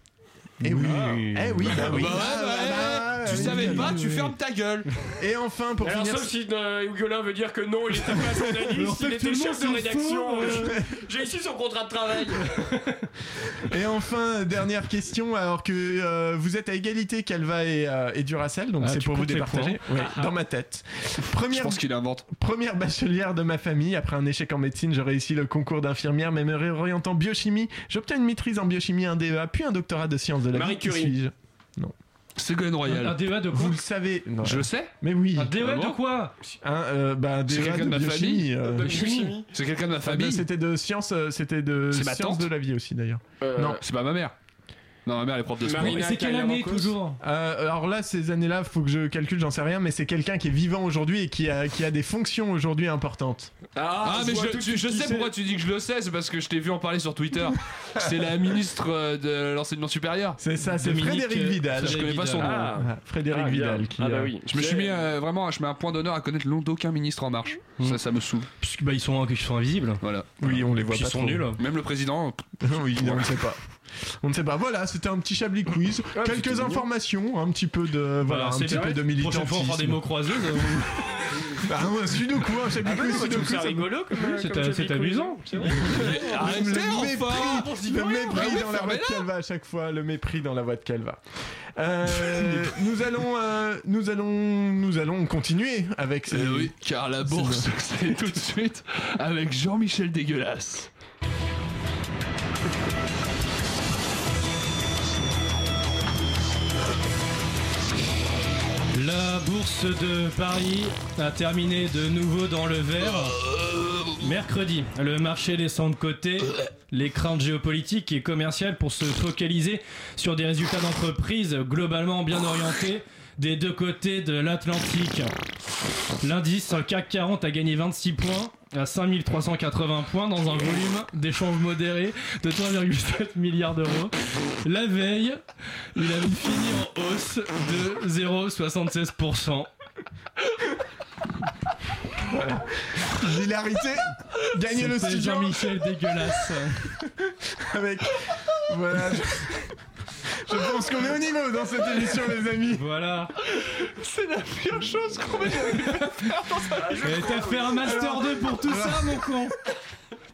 Speaker 1: Eh oui. Eh oui, bah oui.
Speaker 8: Bah ouais, bah ouais,
Speaker 2: Ah,
Speaker 8: tu savais pas, tu fermes ta gueule.
Speaker 1: Et enfin, pour
Speaker 20: Alors,
Speaker 1: finir.
Speaker 20: sauf si euh, Huguelin veut dire que non, il était pas
Speaker 1: Alors,
Speaker 20: journaliste,
Speaker 1: en
Speaker 20: il
Speaker 1: fait, tout
Speaker 20: était
Speaker 1: le monde
Speaker 20: chef de
Speaker 1: s'en
Speaker 20: rédaction.
Speaker 1: fout,
Speaker 20: euh,
Speaker 1: euh.
Speaker 20: J'ai issu son contrat de travail.
Speaker 1: Et enfin, dernière question, alors que euh, vous êtes à égalité, Calva et, euh, et Duracell, donc
Speaker 8: Ah,
Speaker 1: c'est
Speaker 8: tu
Speaker 1: pour vous
Speaker 8: comptes les
Speaker 1: départager.
Speaker 8: points
Speaker 1: Ouais,
Speaker 8: Ah, ah.
Speaker 1: Dans ma tête. Première,
Speaker 8: Je pense qu'il invente.
Speaker 1: Première bachelière de ma famille, après un échec en médecine, je réussis le concours d'infirmière, mais me réoriente en biochimie. J'obtiens une maîtrise en biochimie, un DEA, puis un doctorat de sciences de la
Speaker 8: Marie
Speaker 1: vie. Qui
Speaker 8: Curie.
Speaker 1: suis-je Non.
Speaker 8: Ségolène Royal.
Speaker 2: Un débat de quoi
Speaker 1: Vous le savez. Non,
Speaker 8: Je
Speaker 1: euh,
Speaker 8: le sais. E
Speaker 1: Mais oui.
Speaker 2: Un débat de quoi
Speaker 1: Un, euh, bah, un
Speaker 8: C'est
Speaker 1: DEA
Speaker 8: quelqu'un
Speaker 1: de,
Speaker 8: de ma
Speaker 1: biochimie.
Speaker 8: famille.
Speaker 1: euh,
Speaker 8: De chimie. C'est quelqu'un de ma
Speaker 1: Ah, bah,
Speaker 8: famille.
Speaker 1: C'était de sciences, euh, c'était de
Speaker 8: C'est ma
Speaker 1: sciences
Speaker 8: tante
Speaker 1: de la vie aussi d'ailleurs. Non.
Speaker 8: C'est pas ma mère. Non, ma mère elle est prof de sport.
Speaker 1: Euh, Alors là, ces années-là, faut que je calcule, j'en sais rien, mais c'est quelqu'un qui est vivant aujourd'hui et qui a, qui a des fonctions aujourd'hui importantes.
Speaker 8: Ah, mais
Speaker 1: je vois
Speaker 8: je,
Speaker 1: tout de
Speaker 8: tu-
Speaker 1: suite
Speaker 8: je
Speaker 1: qui
Speaker 8: sais
Speaker 1: c'est.
Speaker 8: pourquoi tu dis que je le sais, c'est parce que je t'ai vu en parler sur Twitter. c'est la ministre euh, de l'enseignement supérieur.
Speaker 1: C'est ça, c'est
Speaker 8: Dominique,
Speaker 1: Frédéric
Speaker 8: euh,
Speaker 1: Vidal.
Speaker 8: Je connais pas son nom.
Speaker 1: Ah. Ah, Frédéric Vidal.
Speaker 2: Ah,
Speaker 1: Qui,
Speaker 2: bah
Speaker 1: euh,
Speaker 8: Je me suis mis euh, vraiment, je mets un point d'honneur à connaître l'on d'aucun ministre en marche. Ça, ça me saoule.
Speaker 2: Mmh. Parce que bah, ils sont, ils sont invisibles.
Speaker 8: Voilà.
Speaker 1: Oui, on les voit
Speaker 2: Puis
Speaker 1: pas
Speaker 2: ils sont
Speaker 1: trop.
Speaker 2: nuls.
Speaker 8: Même le président.
Speaker 1: oui, on ne sait pas. On ne sait pas. Voilà, c'était un petit Chablis quiz.
Speaker 8: c'était
Speaker 1: Quelques
Speaker 8: mignon.
Speaker 1: informations, un petit peu de, voilà, un
Speaker 2: Bah, c'est
Speaker 1: petit
Speaker 2: bien.
Speaker 1: peu de
Speaker 2: Prochaine fois, on fera des mots euh, croisés. ça,
Speaker 1: Bah, un sudoku, un Chablis
Speaker 2: Ah bah non,
Speaker 1: quiz.
Speaker 2: moi, je
Speaker 1: sudoku,
Speaker 2: trouve ça
Speaker 1: me-
Speaker 2: rigolo comme- Oui, c'est- comme Chablis c'est quiz. amusant. C'est vrai.
Speaker 1: Même
Speaker 2: Arrêtez,
Speaker 1: le
Speaker 2: enfin,
Speaker 1: mépris,
Speaker 2: dis
Speaker 1: Ah, le mépris
Speaker 2: rien. Bah
Speaker 8: hein. Ah
Speaker 2: oui,
Speaker 1: dans la voix de
Speaker 2: fermez-la.
Speaker 1: Calva à chaque fois, le mépris dans la voix de Calva. Euh, nous allons, euh, nous allons, nous allons continuer avec.
Speaker 8: Eh oui, car la bourse, c'est tout de suite avec Jean-Michel Dégueulasse.
Speaker 2: La bourse de Paris a terminé de nouveau dans le vert. Mercredi, le marché descend de côté. Les craintes géopolitiques et commerciales pour se focaliser sur des résultats d'entreprises globalement bien orientés des deux côtés de l'Atlantique. L'indice CAC 40 a gagné 26 points à 5380 points dans un volume d'échanges modérés de 3,7 milliards d'euros. La veille, il avait fini en hausse de 0,76%.
Speaker 1: L'hilarité Gagnez le
Speaker 2: C'était
Speaker 1: studio
Speaker 2: Jean-Michel dégueulasse.
Speaker 1: Avec. Voilà. Je, je pense qu'on est au niveau dans cette émission, les amis.
Speaker 2: Voilà.
Speaker 8: C'est la pire chose qu'on m'ait jamais fait faire dans sa vie.
Speaker 2: Et t'as fait un Master 2 pour tout ça, mon con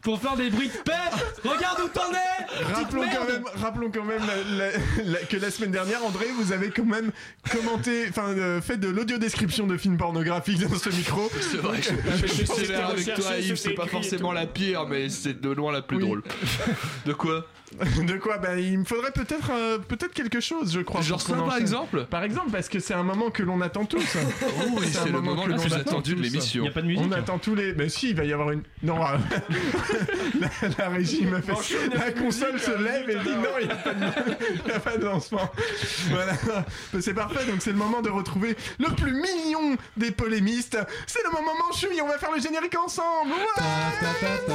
Speaker 21: pour faire des bruits de paix. Regarde où t'en es petite
Speaker 1: Rappelons quand
Speaker 21: merde.
Speaker 1: même, rappelons quand même la- la- la- que la semaine dernière, André, vous avez quand même commenté, enfin, euh, fait de l'audio description de films pornographiques dans ce micro.
Speaker 8: C'est vrai, que je, je suis sévère avec toi, Yves. C'est pas forcément la pire, mais c'est de loin la plus drôle. De quoi
Speaker 1: De quoi Ben, il me faudrait peut-être euh, peut-être quelque chose, je crois.
Speaker 8: Genre
Speaker 1: pour qu'on
Speaker 8: ça, par
Speaker 1: enchaîne.
Speaker 8: exemple
Speaker 1: Par exemple, parce que c'est un moment que l'on attend tous.
Speaker 8: oui, Oh, c'est le moment le plus attendu de l'émission.
Speaker 1: Il
Speaker 8: Y a pas de musique,
Speaker 1: On
Speaker 8: hein
Speaker 1: attend tous les. Mais si, il va y avoir une. Non, euh, la, la régie m'a fait.
Speaker 16: Enchaîne
Speaker 1: La
Speaker 16: avec
Speaker 1: console
Speaker 16: musique,
Speaker 1: se
Speaker 16: la
Speaker 1: lève et
Speaker 16: musique,
Speaker 1: dit
Speaker 16: alors.
Speaker 1: non, il n'y a, pas de- il y a pas de lancement. Voilà. C'est parfait, donc c'est le moment de retrouver le plus mignon des polémistes. C'est le moment Manchouille, on va faire le générique ensemble. Ouais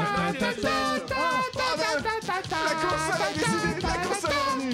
Speaker 1: La console a décidé, la console est revenue.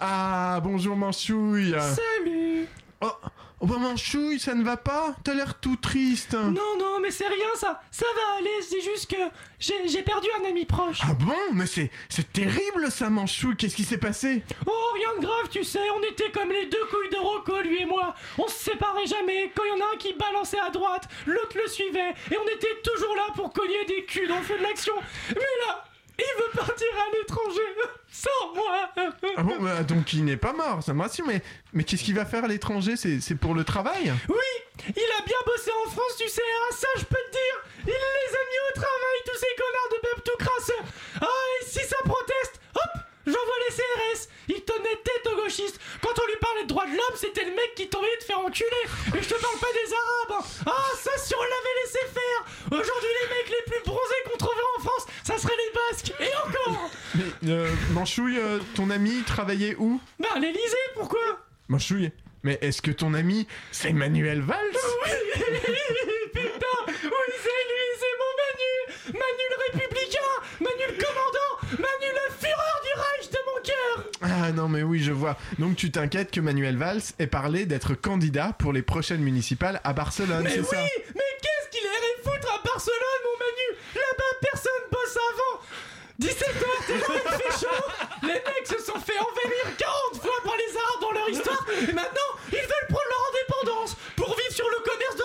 Speaker 1: Ah, bonjour Manchouille.
Speaker 21: Salut
Speaker 1: Oh, oh bah Manchouille, ça ne va pas T'as l'air tout triste.
Speaker 21: Non, non, mais c'est rien ça. Ça va aller, c'est juste que j'ai j'ai perdu un ami proche.
Speaker 1: Ah bon Mais c'est c'est terrible ça, Manchouille. Qu'est-ce qui s'est passé
Speaker 21: Oh, rien de grave, tu sais, on était comme les deux couilles de Rocco, lui et moi. On se séparait jamais. Quand il y en a un qui balançait à droite, l'autre le suivait. Et on était toujours là pour cogner des culs dans le feu de l'action. Mais là, il veut partir à l'étranger. Sans moi.
Speaker 1: Ah bon bah, Donc il n'est pas mort, ça me rassure. Mais, mais qu'est-ce qu'il va faire à l'étranger C'est c'est pour le travail
Speaker 21: Oui, il a bien bossé en France, tu sais, ah, ça je peux te dire. Il les a mis au travail, tous ces connards de peuple tout crasseux. Ah, et si ça proteste, hop, j'envoie les CRS. Il tenait tête aux gauchistes. Quand on lui parlait de droits de l'homme, c'était le mec qui t'envoyait de faire enculer. Et je te parle pas des Arabes. hein. Ah, ça si on l'avait laissé faire. Aujourd'hui, les mecs les plus bronzés qu'on trouverait en France, ça serait les Basques. Et encore
Speaker 1: Mais euh, Manchouille, euh, ton ami travaillait où
Speaker 21: Bah, à l'Elysée, pourquoi
Speaker 1: Manchouille mais est-ce que ton ami, c'est Manuel Valls
Speaker 21: Oui Putain Oui, c'est lui, c'est mon Manu Manu le républicain Manu le commandant Manu la fureur du Reich de mon cœur
Speaker 1: Ah non mais oui je vois. Donc tu t'inquiètes que Manuel Valls ait parlé d'être candidat pour les prochaines municipales à Barcelone,
Speaker 21: Mais
Speaker 1: c'est
Speaker 21: oui
Speaker 1: ça
Speaker 21: Mais qu'est-ce qu'il irait foutre à Barcelone, mon Manu Là-bas, personne bosse avant 17h, t'es là, il fait chaud Les mecs se sont fait envahir 40 fois par les Arabes dans leur histoire Et maintenant, ils veulent prendre leur indépendance Pour vivre sur le commerce de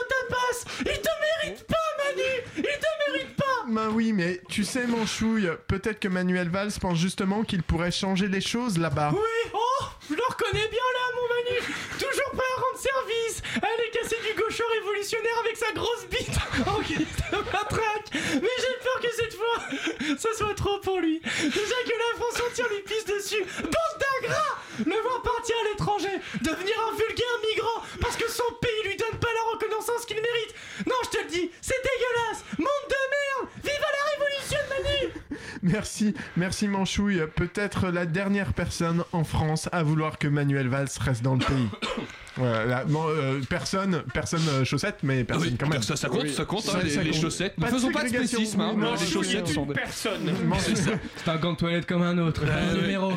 Speaker 21: tapas Ils te méritent pas, Manu Ils te méritent pas
Speaker 1: Bah oui, mais tu sais, Manchouille, peut-être que Manuel Valls pense justement qu'il pourrait changer les choses là-bas.
Speaker 21: Oui, oh, je le reconnais bien là, mon Manu. Toujours prêt à rendre service. Allez, casser du gaucho révolutionnaire avec sa grosse bite. Oh, qu'il te matraque. Mais j'ai peur que cette fois, ça soit trop pour lui. Déjà que la France entière lui pisse dessus. Bande d'agrats Le voir partir à l'étranger, devenir un vulgaire migrant parce que son pays lui donne pas la reconnaissance qu'il mérite. Non, je te le dis, c'est dégueulasse. Monde de merde. Vive la révolution de Manu.
Speaker 1: Merci, merci Manchouille, peut-être la dernière personne en France à vouloir que Manuel Valls reste dans le pays. Voilà, bon, euh, personne, personne euh, chaussette, mais personne quand même.
Speaker 8: ça- ça compte, ça compte, hein, les- les chaussettes. Ne faisons pas de
Speaker 1: ségrégation.
Speaker 8: spécisme, hein,
Speaker 1: Oui,
Speaker 8: mais
Speaker 1: non,
Speaker 8: les
Speaker 1: oui,
Speaker 8: chaussettes
Speaker 1: oui.
Speaker 8: sont des-
Speaker 2: Personne.
Speaker 8: C'est ça.
Speaker 21: C'est un gant de toilette comme un autre.
Speaker 8: Un numéro.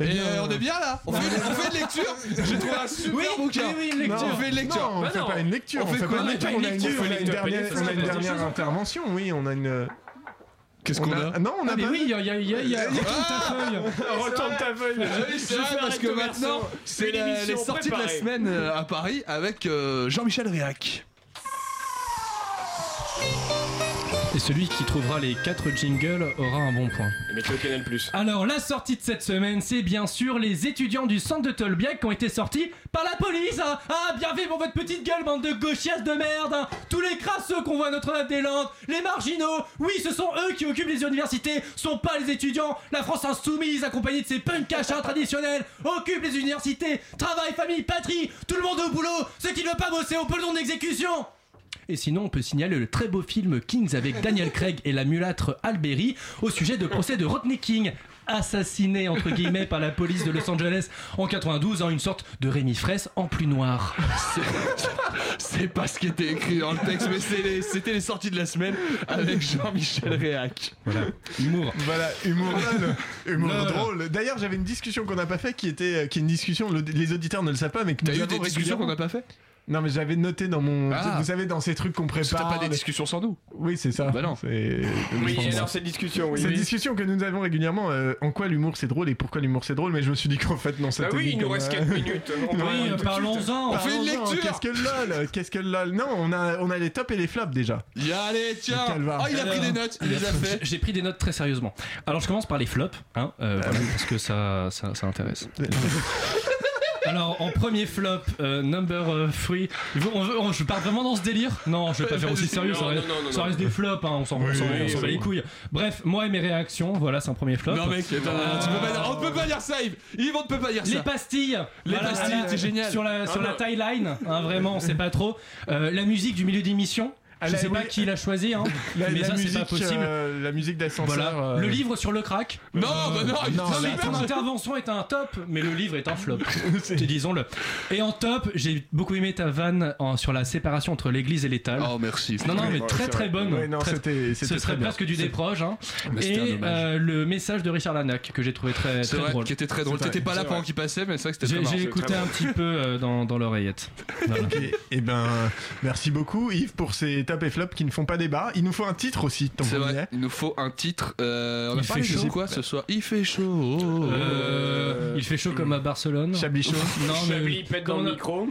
Speaker 1: Et
Speaker 8: euh, on est bien là On fait une, on fait une lecture J'ai trouvé un super
Speaker 21: Oui,
Speaker 8: bouquin
Speaker 21: oui, oui, une lecture.
Speaker 8: Non, On fait une lecture
Speaker 1: Non, on fait pas une lecture, on fait pas une lecture, on a une- on a une dernière- on a une dernière intervention, oui, on a une...
Speaker 8: Qu'est-ce
Speaker 1: qu'on a Ah, Non, on a
Speaker 21: Ah mais
Speaker 1: pas-
Speaker 21: oui, il y a, il y a- il y a- il y a- Retourne ta feuille.
Speaker 1: Retourne ta feuille.
Speaker 8: Ah oui, c'est vrai, parce que maintenant, c'est la- les sorties de la semaine euh, à Paris avec euh, Jean-Michel Réac.
Speaker 21: Et celui qui trouvera les 4 jingles aura un bon point.
Speaker 9: Mais tu Canal Plus.
Speaker 21: Alors, la sortie de cette semaine, c'est bien sûr les étudiants du centre de Tolbiac qui ont été sortis par la police. hein. Ah, bien fait pour votre petite gueule, bande de gauchiasses de merde. hein. Tous les crasseux qu'on voit à Notre-Dame-des-Landes, les marginaux, oui, ce sont eux qui occupent les universités, sont pas les étudiants. La France insoumise, accompagnée de ses punks cachins traditionnels, occupe les universités. Travail, famille, patrie, tout le monde au boulot. Ceux qui ne veulent pas bosser au peloton d'exécution. Et sinon, on peut signaler le très beau film Kings avec Daniel Craig et la mulâtre Alberi au sujet de procès de Rodney King, assassiné entre guillemets par la police de Los Angeles en 92 en une sorte de Rémi Fraisse en plus noir.
Speaker 8: C'est pas ce qui était écrit dans le texte, mais c'est les- c'était les sorties de la semaine avec Jean-Michel Réac.
Speaker 21: Voilà, humour.
Speaker 1: Voilà, humour, drôle, humour
Speaker 8: Lol.
Speaker 1: drôle. D'ailleurs, euh, j'avais une discussion qu'on n'a pas fait qui était qui est une discussion le- les auditeurs ne le savent pas mais que
Speaker 8: T'as
Speaker 1: nous
Speaker 8: eu
Speaker 1: avons
Speaker 8: des discussions
Speaker 1: régulièrement.
Speaker 8: qu'on n'a pas fait
Speaker 1: Non, mais j'avais noté dans mon. Vous savez, dans ces trucs qu'on
Speaker 8: Parce que
Speaker 1: prépare.
Speaker 8: t'as pas des
Speaker 1: ben, mais-
Speaker 8: discussions sans nous.
Speaker 1: Oui, c'est ça.
Speaker 8: Bah non.
Speaker 1: C'est-
Speaker 9: Oui,
Speaker 1: Enfin,
Speaker 9: alors cette discussion, oui.
Speaker 1: Cette
Speaker 9: oui.
Speaker 1: discussion que nous avons régulièrement, euh, en quoi l'humour c'est drôle et pourquoi l'humour c'est drôle, mais je me suis dit qu'en fait non, ça
Speaker 9: Bah
Speaker 1: t'est
Speaker 9: oui,
Speaker 1: dit
Speaker 9: il nous
Speaker 1: comme,
Speaker 9: reste
Speaker 1: euh,
Speaker 9: 4 minutes. On va- tout de suite.
Speaker 1: Parlons-en, Qu'est-ce que le lol Qu'est-ce que le lol Non, on a, on a les tops et les flops déjà.
Speaker 8: Y allez, tiens
Speaker 1: Calvaire.
Speaker 8: Ah, il a pris des notes, il les a fait
Speaker 21: J'ai pris des notes très sérieusement. Alors je commence par les flops, hein, euh, voilà, parce que ça, ça, ça intéresse. Alors en premier flop, euh, number 3, je pars vraiment dans ce délire Non, je vais pas faire aussi sérieux, ça
Speaker 3: Non,
Speaker 21: reste,
Speaker 3: non, non, non,
Speaker 21: ça
Speaker 3: non.
Speaker 21: reste des flops, hein, on s'en
Speaker 3: Oui,
Speaker 21: on s'en-
Speaker 3: oui,
Speaker 21: on
Speaker 3: oui,
Speaker 21: s'en bat
Speaker 3: oui.
Speaker 21: les couilles. Bref, moi et mes réactions, voilà, c'est un premier flop.
Speaker 8: Non mec, attends,
Speaker 21: Euh,
Speaker 8: tu peux pas dire, on ne peut pas dire ça Yves Yves, on ne peut pas dire ça
Speaker 21: les pastilles
Speaker 8: Les
Speaker 21: Voilà,
Speaker 8: pastilles,
Speaker 21: euh,
Speaker 8: c'est génial
Speaker 21: Sur la, sur
Speaker 8: Ah,
Speaker 21: la
Speaker 8: non.
Speaker 21: timeline, hein, vraiment, on sait pas trop. Euh, la musique du milieu d'émission, je
Speaker 1: la-
Speaker 21: sais pas
Speaker 1: oui.
Speaker 21: qui l'a choisi, hein,
Speaker 1: La,
Speaker 21: mais
Speaker 1: la
Speaker 21: ça c'est
Speaker 1: musique,
Speaker 21: pas possible.
Speaker 1: euh, la musique d'ascenseur.
Speaker 21: Voilà.
Speaker 1: euh,
Speaker 21: Le livre sur le crack.
Speaker 1: Non, bah non, il- non,
Speaker 21: la-
Speaker 1: là,
Speaker 21: ton
Speaker 1: non.
Speaker 21: intervention est un top, mais le livre est un flop. Te disons-le. Et en top, j'ai beaucoup aimé ta vanne en- sur la séparation entre l'église et l'étal.
Speaker 8: Oh merci
Speaker 21: Non, non, mais
Speaker 1: Ouais,
Speaker 21: très
Speaker 1: euh, c'est
Speaker 21: très
Speaker 1: vrai.
Speaker 21: bonne.
Speaker 1: Ouais, non,
Speaker 21: Très- ce
Speaker 1: c'était- c'était très
Speaker 21: serait
Speaker 1: bien.
Speaker 21: presque du
Speaker 1: C'est-
Speaker 21: déproche. hein.
Speaker 8: Bah, c'était un
Speaker 21: Et
Speaker 8: dommage.
Speaker 21: euh, le message de Richard Lanac que j'ai trouvé très,
Speaker 8: C'est
Speaker 21: très
Speaker 8: vrai,
Speaker 21: drôle.
Speaker 8: qui était très drôle.
Speaker 21: C'est
Speaker 8: T'étais
Speaker 21: vrai.
Speaker 8: pas là pendant qu'il passait, mais c'est vrai que c'était très
Speaker 21: J'ai
Speaker 8: marrant.
Speaker 21: j'ai écouté un petit peu euh, dans, dans l'oreillette. Voilà.
Speaker 1: Et, et ben, merci beaucoup Yves pour ces tops et flops qui ne font pas débat. Il nous faut un titre aussi, tant
Speaker 8: C'est
Speaker 1: qu'on y
Speaker 8: vrai,
Speaker 1: est.
Speaker 8: il nous faut un titre. Euh, on
Speaker 1: Il
Speaker 8: a
Speaker 1: fait
Speaker 8: parlé de
Speaker 1: chaud.
Speaker 8: quoi ce soir Il fait chaud.
Speaker 21: Euh, il fait chaud comme à Barcelone.
Speaker 1: Chablis chaud.
Speaker 21: Non, mais
Speaker 9: Chablis pète dans
Speaker 21: comment
Speaker 9: le
Speaker 21: on a-
Speaker 9: micro.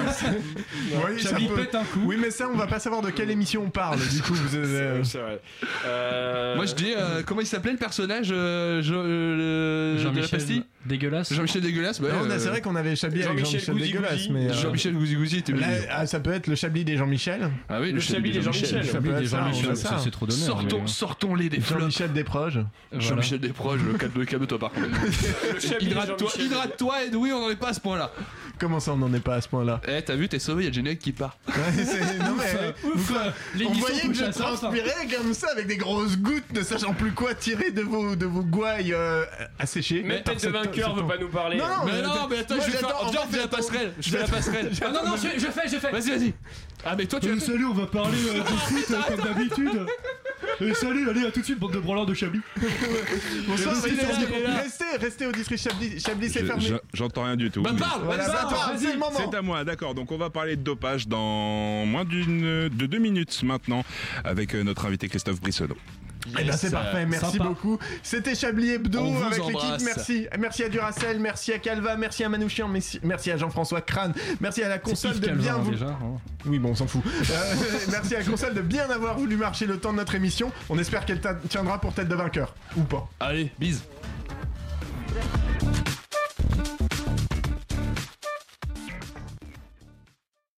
Speaker 1: Oui, ça
Speaker 21: Chablis
Speaker 1: peut- Euh,
Speaker 21: pète un coup.
Speaker 1: Oui, mais ça, on va pas savoir de quelle émission on parle. Du coup, vous avez- euh,
Speaker 9: C'est vrai. Euh,
Speaker 8: Moi je dis, euh, comment il s'appelait le personnage euh, Jean- euh, le- de la
Speaker 21: Jean-Michel
Speaker 8: pastille
Speaker 21: dégueulasse.
Speaker 8: Jean-Michel dégueulasse bah,
Speaker 1: Non, on a-
Speaker 8: euh,
Speaker 1: c'est vrai qu'on avait Chablis avec
Speaker 8: Jean-Michel
Speaker 1: Jean-Michel
Speaker 8: Gouzi
Speaker 1: dégueulasse,
Speaker 8: Gouzi.
Speaker 1: mais euh,
Speaker 8: Jean-Michel Gouzi Gouzi était
Speaker 1: Là,
Speaker 8: mignon.
Speaker 1: ah, ça peut être le Chablis des Jean-Michel.
Speaker 8: Ah oui, le, Chablis des Jean-Michel.
Speaker 1: Ça peut
Speaker 21: Chablis
Speaker 1: être
Speaker 21: des
Speaker 1: ça, on
Speaker 21: Jean-Michel,
Speaker 1: fait ça.
Speaker 21: ça, c'est trop d'honneur,
Speaker 8: Sortons,
Speaker 21: mais-
Speaker 8: sortons-les des flops.
Speaker 1: Jean-Michel Desproges.
Speaker 8: Jean-Michel Desproges, calme- calme-toi par contre.
Speaker 9: Chablis des
Speaker 8: Hydrate-toi,
Speaker 9: Jean-Michel.
Speaker 8: hydrate-toi, et oui, on n'en est pas à ce point-là.
Speaker 1: Comment ça, on n'en est pas à ce point-là
Speaker 8: Eh, t'as vu, t'es sauvé, il y a le générique qui part.
Speaker 1: Ouais, c'est- non, mais-
Speaker 21: Ouf, euh,
Speaker 1: On
Speaker 21: l'émission
Speaker 1: voyait que
Speaker 21: touche
Speaker 1: je
Speaker 21: à sa fin.
Speaker 1: transpirais comme ça avec des grosses gouttes, ne sachant plus quoi tirer de vos, de vos gouailles euh, asséchées.
Speaker 9: Même
Speaker 1: Par
Speaker 9: tête de
Speaker 1: cette-
Speaker 9: vainqueur
Speaker 1: cette-
Speaker 9: veut pas nous parler.
Speaker 1: Non, non,
Speaker 8: Mais non, mais attends, je vais
Speaker 1: j'attends-
Speaker 8: faire.
Speaker 1: en
Speaker 8: Viens,
Speaker 1: fait,
Speaker 8: on fait la
Speaker 1: j'attends-
Speaker 8: passerelle. Je fais la passerelle.
Speaker 21: Ah non, non, je, je fais, je fais.
Speaker 8: Vas-y, vas-y. Ah, mais toi, tu
Speaker 21: Euh,
Speaker 8: as
Speaker 21: salut, on va parler euh, de foot euh, comme d'habitude. Et salut, allez, à tout de suite, bande de branleurs de Chablis.
Speaker 1: Bonsoir,
Speaker 8: Il est
Speaker 1: restez-
Speaker 8: là, il est là.
Speaker 1: Restez, restez auditrice Chablis, Chablis c'est
Speaker 5: Je-
Speaker 1: fermé.
Speaker 5: je- J'entends rien du tout.
Speaker 8: Bah,
Speaker 5: Mais-
Speaker 8: parle,
Speaker 1: Voilà,
Speaker 8: vas-y,
Speaker 1: bah,
Speaker 8: parle.
Speaker 1: parle, c'est le moment.
Speaker 5: C'est à moi, d'accord. Donc on va parler de dopage dans moins d'une de deux minutes maintenant avec euh, notre invité Christophe Brissonneau.
Speaker 1: Eh ben, c'est
Speaker 8: Yes,
Speaker 1: parfait,
Speaker 8: euh,
Speaker 1: merci
Speaker 21: sympa.
Speaker 1: beaucoup. C'était Chablis Hebdo
Speaker 8: On vous
Speaker 1: avec l'équipe,
Speaker 8: embrasse.
Speaker 1: merci. Merci à Duracell, merci à Calva, merci à Manouchian, merci, merci à Jean-François Crane, merci à la console de bien vou-
Speaker 21: déjà.
Speaker 1: Oui, bon, on s'en fout. Euh, merci à la console de bien avoir voulu marcher le temps de notre émission. On espère qu'elle t'a- tiendra pour tête de vainqueur. Ou pas.
Speaker 8: Allez, bise.